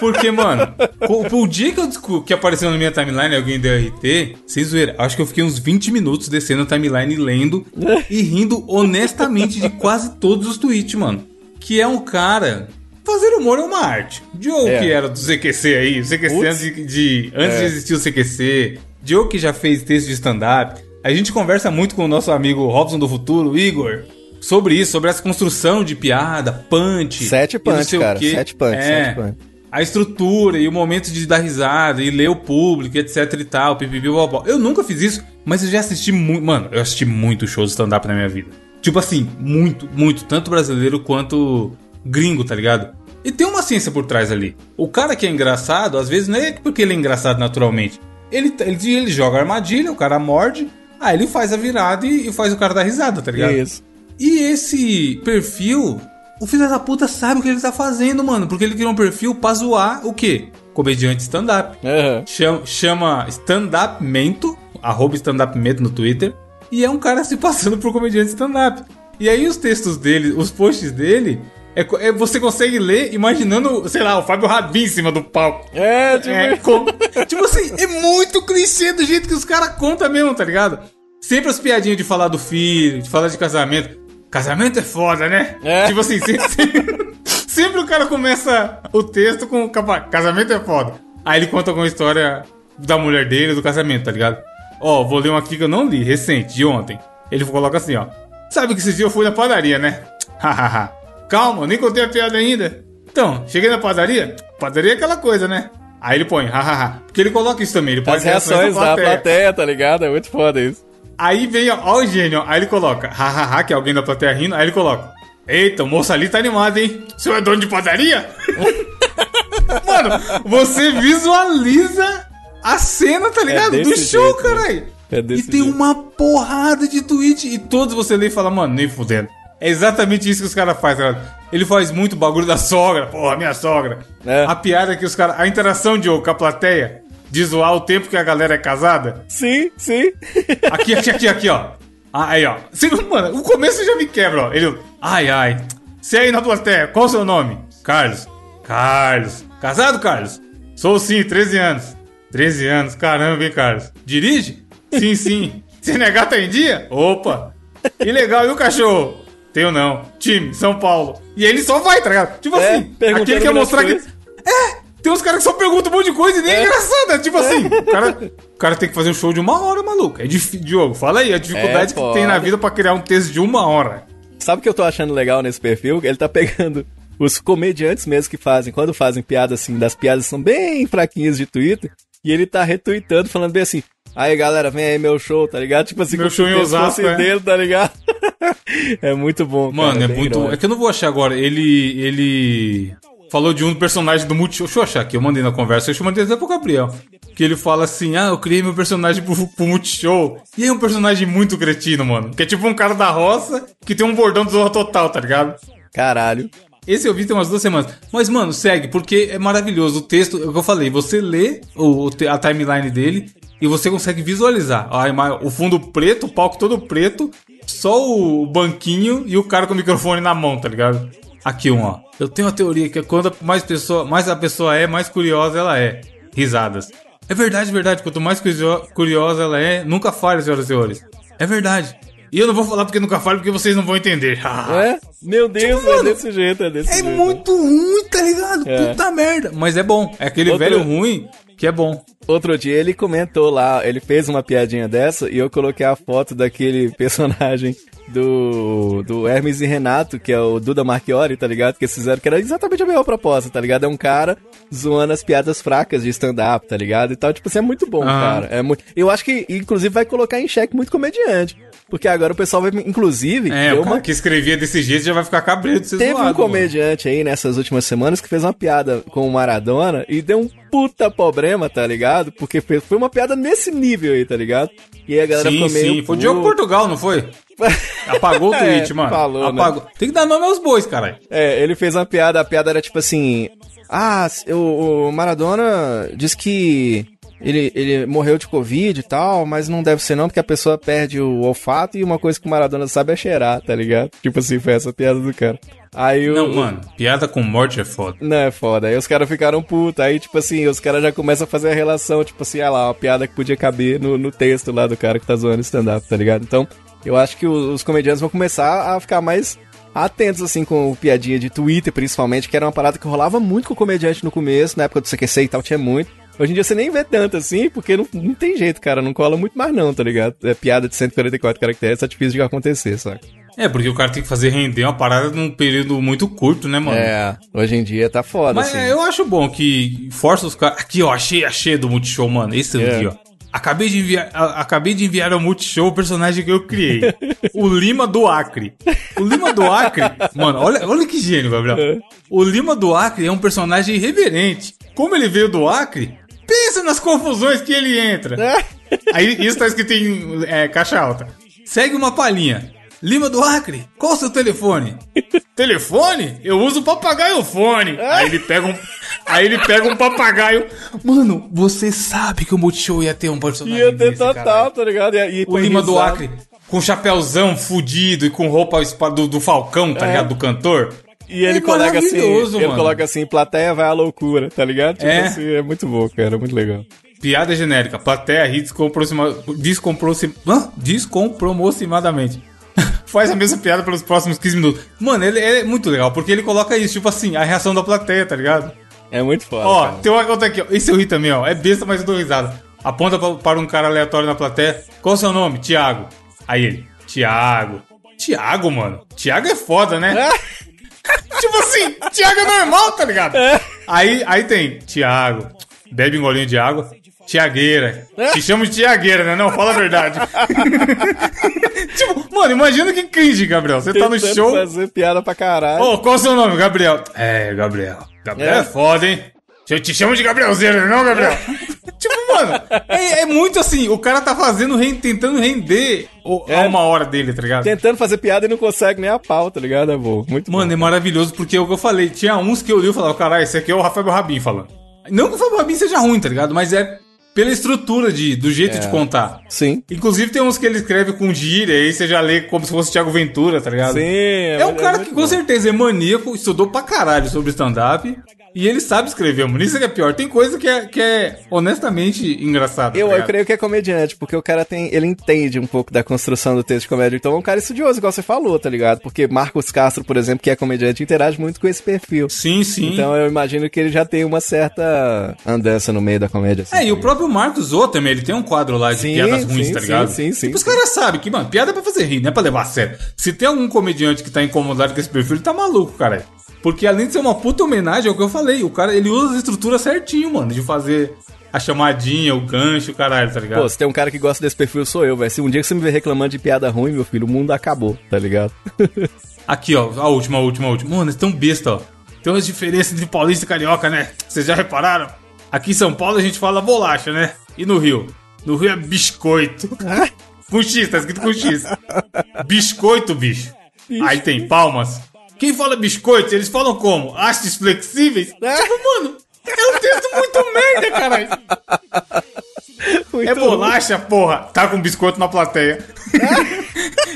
Speaker 2: Porque, mano, o, o dia que eu descu- que apareceu na minha timeline alguém deu RT, sem zoeira, acho que eu fiquei uns 20 minutos descendo a timeline lendo e rindo honestamente de quase todos os tweets, mano. Que é um cara. Fazer humor é uma arte. Diogo
Speaker 3: É.
Speaker 2: que era do CQC aí, o CQC
Speaker 3: Putz. É.
Speaker 2: antes de, de- antes de existir o CQC, Diogo que já fez texto de stand-up. A gente conversa muito com o nosso amigo Robson do Futuro, Igor, sobre isso, sobre essa construção de piada, punch.
Speaker 3: Sete
Speaker 2: e não
Speaker 3: punch,
Speaker 2: sei o
Speaker 3: cara,
Speaker 2: quê.
Speaker 3: sete punch,
Speaker 2: É,
Speaker 3: sete punch.
Speaker 2: A estrutura e o momento de dar risada e ler o público, etc e tal, pipipi, bobó. Eu nunca fiz isso, mas eu já assisti muito. Mano, eu assisti muito show de stand-up na minha vida. Tipo assim, muito, muito. Tanto brasileiro quanto gringo, tá ligado? E tem uma ciência por trás ali. O cara que é engraçado, às vezes não é porque ele é engraçado naturalmente. Ele, ele, ele joga armadilha, o cara morde, aí ele faz a virada e, e faz o cara dar risada, tá ligado?
Speaker 3: Isso.
Speaker 2: E esse perfil, o filho da puta sabe o que ele tá fazendo, mano. Porque ele criou um perfil pra zoar o quê? Comediante stand-up.
Speaker 3: Aham.
Speaker 2: Chama, chama stand-upmento, arroba stand-upmento no Twitter. E é um cara se passando por comediante stand-up. E aí os textos dele, os posts dele, é, co- é- você consegue ler imaginando, sei lá, o Fábio Rabin em cima do palco.
Speaker 3: É, tipo,
Speaker 2: É, com- tipo assim, é muito clichê do jeito que os caras contam mesmo, tá ligado? Sempre as piadinhas de falar do filho, de falar de casamento. Casamento é foda, né?
Speaker 3: É.
Speaker 2: Tipo assim, se- se- sempre, o cara começa o texto com o capa- casamento é foda. Aí ele conta alguma história da mulher dele, do casamento, tá ligado? Ó, vou ler uma aqui que eu não li, recente, de ontem. Ele coloca assim, ó. Sabe que esse dia eu fui na padaria, né? Hahaha. Calma, eu nem contei a piada ainda. Então, cheguei na padaria. Padaria é aquela coisa, né? Aí ele põe, hahaha. Porque ele coloca isso também, ele põe
Speaker 3: as reações da plateia, tá ligado? É muito foda isso.
Speaker 2: Aí vem, ó, ó o gênio, ó. aí ele coloca, hahaha, que é alguém da plateia rindo, aí ele coloca, eita, o moço ali tá animado, hein? O senhor é dono de padaria? Mano, você visualiza a cena, tá ligado? Do
Speaker 3: É desse
Speaker 2: show,
Speaker 3: jeito, né?
Speaker 2: caralho.
Speaker 3: É
Speaker 2: e
Speaker 3: desse
Speaker 2: tem
Speaker 3: jeito.
Speaker 2: uma porrada de tweet, e todos você lê e fala, mano, nem fudendo. É exatamente isso que os caras fazem, tá ligado? Ele faz muito bagulho da sogra, porra, minha sogra.
Speaker 3: É.
Speaker 2: A piada que os caras, a interação de com a plateia, de zoar o tempo que a galera é casada.
Speaker 3: Sim, sim.
Speaker 2: Aqui, aqui, aqui, aqui, ó. Ah, Aí, ó. Você- mano, o começo já me quebra, ó. Ele. Ai, ai. Você aí na plateia, qual o seu nome? Carlos. Carlos. Casado, Carlos? Sou sim, 13 anos. 13 anos, caramba, hein, Carlos? Dirige? Sim, sim. Se negar, tá em dia? Opa. E legal, e o cachorro? Tenho não. Time, São Paulo. E ele só vai, tá ligado? Tipo
Speaker 3: É,
Speaker 2: assim,
Speaker 3: perguntando
Speaker 2: aquele quer
Speaker 3: várias
Speaker 2: mostrar que.
Speaker 3: coisas.
Speaker 2: Tem uns caras que só perguntam um monte de coisa e nem é, engraçado. É tipo assim, o cara, o cara tem que fazer um show de uma hora, maluco. É difícil. Diogo, fala aí a dificuldade
Speaker 3: É
Speaker 2: que tem
Speaker 3: foda.
Speaker 2: na vida pra criar um texto de uma hora.
Speaker 3: Sabe o que eu tô achando legal nesse perfil? Ele tá pegando os comediantes mesmo que fazem, quando fazem piada assim, das piadas são bem fraquinhas de Twitter, e ele tá retweetando, falando bem assim, aí galera, vem aí meu show, tá ligado? Tipo assim,
Speaker 2: Meu
Speaker 3: como
Speaker 2: show em
Speaker 3: se fosse
Speaker 2: Osasco, é.
Speaker 3: dele, tá ligado? é muito bom,
Speaker 2: Mano,
Speaker 3: cara,
Speaker 2: é
Speaker 3: bem
Speaker 2: muito. É
Speaker 3: irônico.
Speaker 2: que eu não vou achar agora. Ele. Ele. Falou de um personagem do Multishow. Deixa eu achar aqui. Eu mandei na conversa. Eu mandei até pro Gabriel. Que ele fala assim: Ah, eu criei meu personagem pro, pro Multishow. E é um personagem muito cretino, mano. Que é tipo um cara da roça que tem um bordão do Zorra Total, tá ligado?
Speaker 3: Caralho.
Speaker 2: Esse eu vi tem umas duas semanas. Mas, mano, segue, porque é maravilhoso. O texto, é o que eu falei, você lê o, o te- a timeline dele e você consegue visualizar. A ima- o fundo preto, o palco todo preto, só o banquinho e o cara com o microfone na mão, tá ligado? Aqui um, ó. Eu tenho uma teoria que é quando mais, pessoa, mais a pessoa é, mais curiosa ela é. Risadas. É verdade, verdade. Quanto mais curio- curiosa ela é, nunca falha, senhoras e senhores. É verdade. E eu não vou falar porque nunca falho, porque vocês não vão entender. Ah.
Speaker 3: É? Meu Deus, é desse jeito, é desse
Speaker 2: Tipo, É
Speaker 3: jeito.
Speaker 2: muito ruim, tá ligado?
Speaker 3: É.
Speaker 2: Puta merda. Mas é bom. É aquele
Speaker 3: Outro-
Speaker 2: velho ruim que é bom.
Speaker 3: Outro dia ele comentou lá, ele fez uma piadinha dessa e eu coloquei a foto daquele personagem do, do Hermes e Renato, que é o Duda Marchiori, tá ligado? Que eles fizeram, que era exatamente a mesma proposta, tá ligado? É um cara zoando as piadas fracas de stand-up, tá ligado? E tal, tipo assim, é muito bom,
Speaker 2: Ah.
Speaker 3: cara. É muito... Eu acho que, inclusive, vai colocar em xeque muito comediante. Porque agora o pessoal vai, inclusive,
Speaker 2: É,
Speaker 3: deu
Speaker 2: o cara
Speaker 3: uma
Speaker 2: que escrevia desse jeito já vai ficar cabreiro de ser
Speaker 3: Teve
Speaker 2: zoado,
Speaker 3: um comediante aí nessas últimas semanas que fez uma piada com o Maradona e deu um puta problema, tá ligado? Porque fe- foi uma piada nesse nível aí, tá ligado? E aí a
Speaker 2: mano.
Speaker 3: galera
Speaker 2: Sim,
Speaker 3: ficou meio.
Speaker 2: sim. Foi o Diogo
Speaker 3: puta.
Speaker 2: Portugal, não foi? Apagou o tweet,
Speaker 3: É,
Speaker 2: mano.
Speaker 3: falou, né?
Speaker 2: Apagou. Tem que dar nome aos bois, caralho.
Speaker 3: É, ele fez uma piada, a piada era tipo assim. Ah, s- o, o Maradona diz que ele, ele morreu de Covid e tal, mas não deve ser não, porque a pessoa perde o olfato e uma coisa que o Maradona sabe é cheirar, tá ligado? Tipo assim, foi essa piada do cara. Aí o-
Speaker 2: Não, mano. Piada com morte é foda.
Speaker 3: Não, é foda. Aí os caras ficaram putos. Aí, tipo assim, os caras já começam a fazer a relação, tipo assim, ah lá, uma piada que podia caber no, no texto lá do cara que tá zoando stand-up, tá ligado? Então, eu acho que o- os, comediantes vão começar a ficar mais atentos, assim, com piadinha de Twitter, principalmente, que era uma parada que rolava muito com o comediante no começo, na época do CQC e tal, tinha muito. Hoje em dia você nem vê tanto assim, porque não, não tem jeito, cara, não cola muito mais não, tá ligado? É piada de 144 caracteres, tá difícil de acontecer, saca?
Speaker 2: É, porque o cara tem que fazer render uma parada num período muito curto, né, mano?
Speaker 3: É, hoje em dia tá foda,
Speaker 2: Mas
Speaker 3: assim.
Speaker 2: é, eu acho bom que força os caras. Aqui, ó, achei, achei do Multishow, mano. Esse
Speaker 3: É.
Speaker 2: aqui, ó. Acabei de, enviar, a- acabei de enviar ao Multishow o personagem que eu criei. o Lima do Acre. O Lima do Acre, mano, olha, olha que gênio,
Speaker 3: É.
Speaker 2: Gabriel. O Lima do Acre é um personagem irreverente. Como ele veio do Acre, pensa nas confusões que ele
Speaker 3: É.
Speaker 2: entra. Aí isso tá escrito em é, caixa alta. Segue uma palhinha. Lima do Acre, qual o seu telefone? telefone? Eu uso papagaio fone.
Speaker 3: É?
Speaker 2: Aí ele pega um. Aí ele pega um papagaio. Mano, você sabe que o Multishow ia ter um personagem.
Speaker 3: Ia ter
Speaker 2: desse, caralho.
Speaker 3: total, tá ligado? E, e
Speaker 2: O
Speaker 3: põe
Speaker 2: Lima do
Speaker 3: risada.
Speaker 2: Acre, com chapéuzão fudido e com roupa espa- do, do Falcão,
Speaker 3: É.
Speaker 2: tá ligado? Do cantor.
Speaker 3: E ele
Speaker 2: É
Speaker 3: coloca assim,
Speaker 2: maravilhoso,
Speaker 3: ele
Speaker 2: mano.
Speaker 3: coloca assim, plateia vai à loucura, tá ligado? Tipo
Speaker 2: É.
Speaker 3: assim, é muito bom, cara, é muito legal.
Speaker 2: Piada genérica. Plateia ri descomproxima... descomproxim- hã? descomproximadamente. Faz a mesma piada pelos próximos 15 minutos. Mano, ele, ele é muito legal, porque ele coloca isso, tipo assim, a reação da plateia, tá ligado?
Speaker 3: É muito foda.
Speaker 2: Ó,
Speaker 3: cara.
Speaker 2: tem uma outra aqui, ó. Esse eu ri também, ó. É besta, mas eu dou risada. Aponta pra- para um cara aleatório na plateia. Qual o seu nome? Tiago. Aí ele, Tiago. Tiago, mano. Tiago é foda, né? tipo assim, Tiago é normal, tá ligado? Aí, aí tem, Tiago. Bebe um golinho de água. Tiagueira. Te chamo de Tiagueira, né? Não, fala a verdade. tipo, mano, imagina que cringe, Gabriel. Você tá no
Speaker 3: Tentando
Speaker 2: show.
Speaker 3: fazer piada pra caralho.
Speaker 2: Ô, qual o seu nome? Gabriel. É, Gabriel. Gabriel é,
Speaker 3: É.
Speaker 2: foda, hein? Eu te chamo de Gabrielzeiro, não, Gabriel? tipo, mano, é, é muito assim, o cara tá fazendo, ren- tentando render o- a
Speaker 3: É.
Speaker 2: uma hora dele, tá ligado?
Speaker 3: Tentando fazer piada e não consegue nem a pau, tá ligado? É bom, muito
Speaker 2: Mano, é
Speaker 3: bom.
Speaker 2: maravilhoso, porque é o que eu falei, tinha uns que eu li e falava, caralho, esse aqui é o Rafael Rabin falando. Não que o Rafael Rabin seja ruim, tá ligado? Mas é pela estrutura de, do jeito de contar.
Speaker 3: Sim.
Speaker 2: Inclusive tem uns que ele escreve com gíria, aí você já lê como se fosse Thiago Ventura, tá ligado?
Speaker 3: Sim,
Speaker 2: É um cara que
Speaker 3: muito
Speaker 2: com
Speaker 3: bom.
Speaker 2: certeza é maníaco, estudou pra caralho sobre stand-up. E ele sabe escrever, mano. Isso que é pior. Tem coisa que é, que é honestamente engraçada.
Speaker 3: Eu,
Speaker 2: tá
Speaker 3: eu
Speaker 2: ligado?
Speaker 3: creio que é comediante, porque o cara tem. Ele entende um pouco da construção do texto de comédia. Então é um cara estudioso, igual você falou, tá ligado? Porque Marcos Castro, por exemplo, que é comediante, interage muito com esse perfil.
Speaker 2: Sim, sim.
Speaker 3: Então eu imagino que ele já tem uma certa andança no meio da comédia. assim,
Speaker 2: É, e
Speaker 3: tá
Speaker 2: o próprio Marcos Zou também, ele tem um quadro lá de
Speaker 3: Sim,
Speaker 2: piadas ruins,
Speaker 3: sim,
Speaker 2: tá
Speaker 3: sim,
Speaker 2: ligado?
Speaker 3: sim, sim.
Speaker 2: Tipo, os caras sabem que, mano, piada é pra fazer rir, não é pra levar a sério. Se tem algum comediante que tá incomodado com esse perfil, ele tá maluco, cara. Porque além de ser uma puta homenagem, é o que eu falei, o cara, ele usa as estruturas certinho, mano, de fazer a chamadinha, o gancho, o caralho, tá ligado?
Speaker 3: Pô, se tem um cara que gosta desse perfil, sou eu, velho. Se um dia que você me ver reclamando de piada ruim, meu filho, o mundo acabou, tá ligado?
Speaker 2: Aqui, ó, a última, a última, a última. Mano, é tão besta, ó. Tem umas diferenças entre paulista e carioca, né? Vocês já repararam? Aqui em São Paulo a gente fala bolacha, né? E no Rio? No Rio é biscoito. Com X, tá escrito com X. Biscoito, bicho. Aí tem palmas. Quem fala biscoito, eles falam como? Hastes flexíveis? Tipo, mano, é um texto muito merda, caralho. É bolacha, porra. Tá com biscoito na plateia.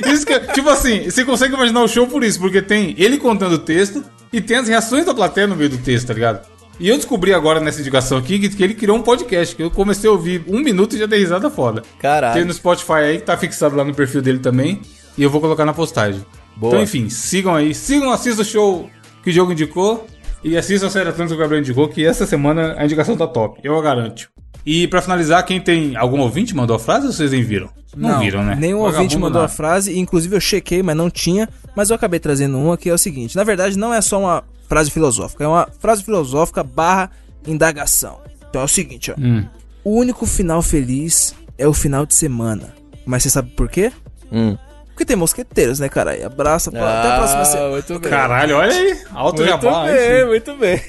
Speaker 2: isso que, é- tipo assim, você consegue imaginar o show por isso, porque tem ele contando o texto e tem as reações da plateia no meio do texto, tá ligado? E eu descobri agora nessa indicação aqui que, que ele criou um podcast, que eu comecei a ouvir um minuto e já dei risada foda.
Speaker 3: Caralho.
Speaker 2: Tem no Spotify aí, que tá fixado lá no perfil dele também, e eu vou colocar na postagem.
Speaker 3: Boa.
Speaker 2: Então, enfim, sigam aí, sigam, assistam o show que o Diogo indicou e assistam a série Atlântica que o Gabriel indicou, que essa semana a indicação tá top, eu a garanto. E pra finalizar, quem tem algum ouvinte mandou a frase ou vocês nem viram? Não, viram, né?
Speaker 4: Nenhum
Speaker 2: Vagabundo
Speaker 4: ouvinte mandou
Speaker 2: nada.
Speaker 4: a frase, inclusive eu chequei, mas não tinha. Mas eu acabei trazendo uma que é o seguinte: na verdade, não é só uma frase filosófica, é uma frase filosófica barra indagação. Então é o seguinte, ó.
Speaker 2: Hum.
Speaker 4: O único final feliz é o final de semana. Mas você sabe por quê?
Speaker 3: Hum.
Speaker 4: Porque tem mosqueteiros, né, cara? E abraça, pô, até a próxima semana.
Speaker 3: Ah, Muito bem.
Speaker 2: Caralho, olha aí. Alto
Speaker 3: muito
Speaker 2: jabá.
Speaker 3: bem,
Speaker 2: enfim.
Speaker 3: muito bem.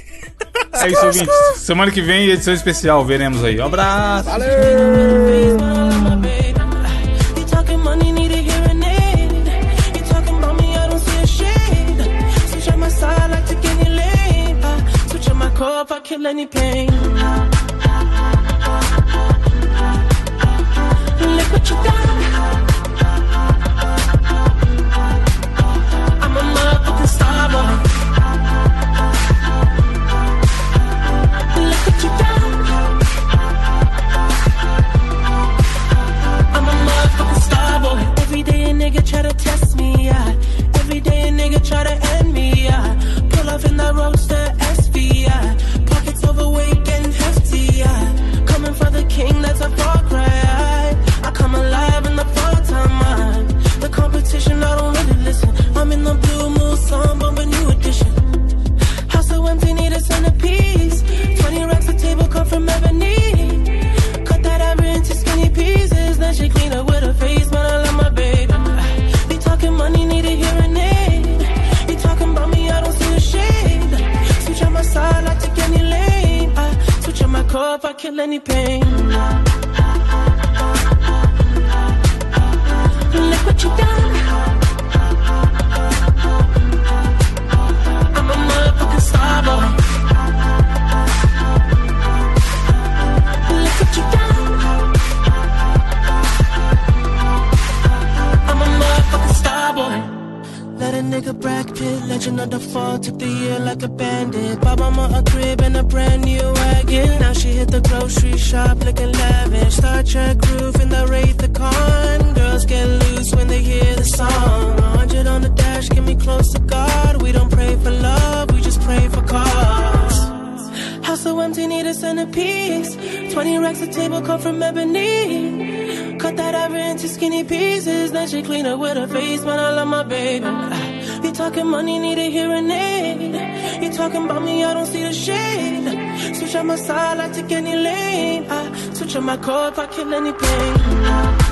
Speaker 2: É isso, ouvintes. Semana que vem, edição especial. Veremos aí. Um abraço.
Speaker 5: You talking money, need a hearing aid. You talking about me, I don't see a shade. Switch on my side, I like to get in lane. I switch on my core if I kill any pain. Look what you done. I'm a motherfucking star boy. Look what you done. I'm a motherfucking star boy. Every day a nigga try to test me, yeah. Every day a nigga try to end me, yeah. Pull off in that roadster SV, yeah. Pockets overweight and hefty, yeah. Coming for the king, that's a far cry. I come alive in the part-time mind. The competition, I don't really listen. I'm in the blue moon, sun, bumping new edition. House so empty, need a centerpiece. 20 racks a table come from ebony. Cut that ever into skinny pieces. Then she clean up with her face, but I love my baby. They talking money, need a hearing aid. You talking about me, I don't see a shade. Switch on my side, I take any lane. I switch on my core if I kill any pain. Look what you done. I'm a motherfucking star boy. Look what you done. I'm a motherfucking star boy. Let a nigga Brad Pitt, legend of the fall, took the year like a bandit. Bob, I'm a crib and a brand new wagon. Now she hit the grocery shop looking lavish. Star Trek roof in the Wraith the Con. Girls get loose when they hear the song. 100 on the dash, get me close to God. We don't pray for love, we just pray for cause. House so empty, need a centerpiece. 20 racks a table cut from ebony. Cut that ever into skinny pieces. Then she clean up with her face, man, I love my baby. You talking money, need a hearing aid. You talking about me, I don't see the shade. Switch on my side, I take any lane. I switch on my core if I kill any pain.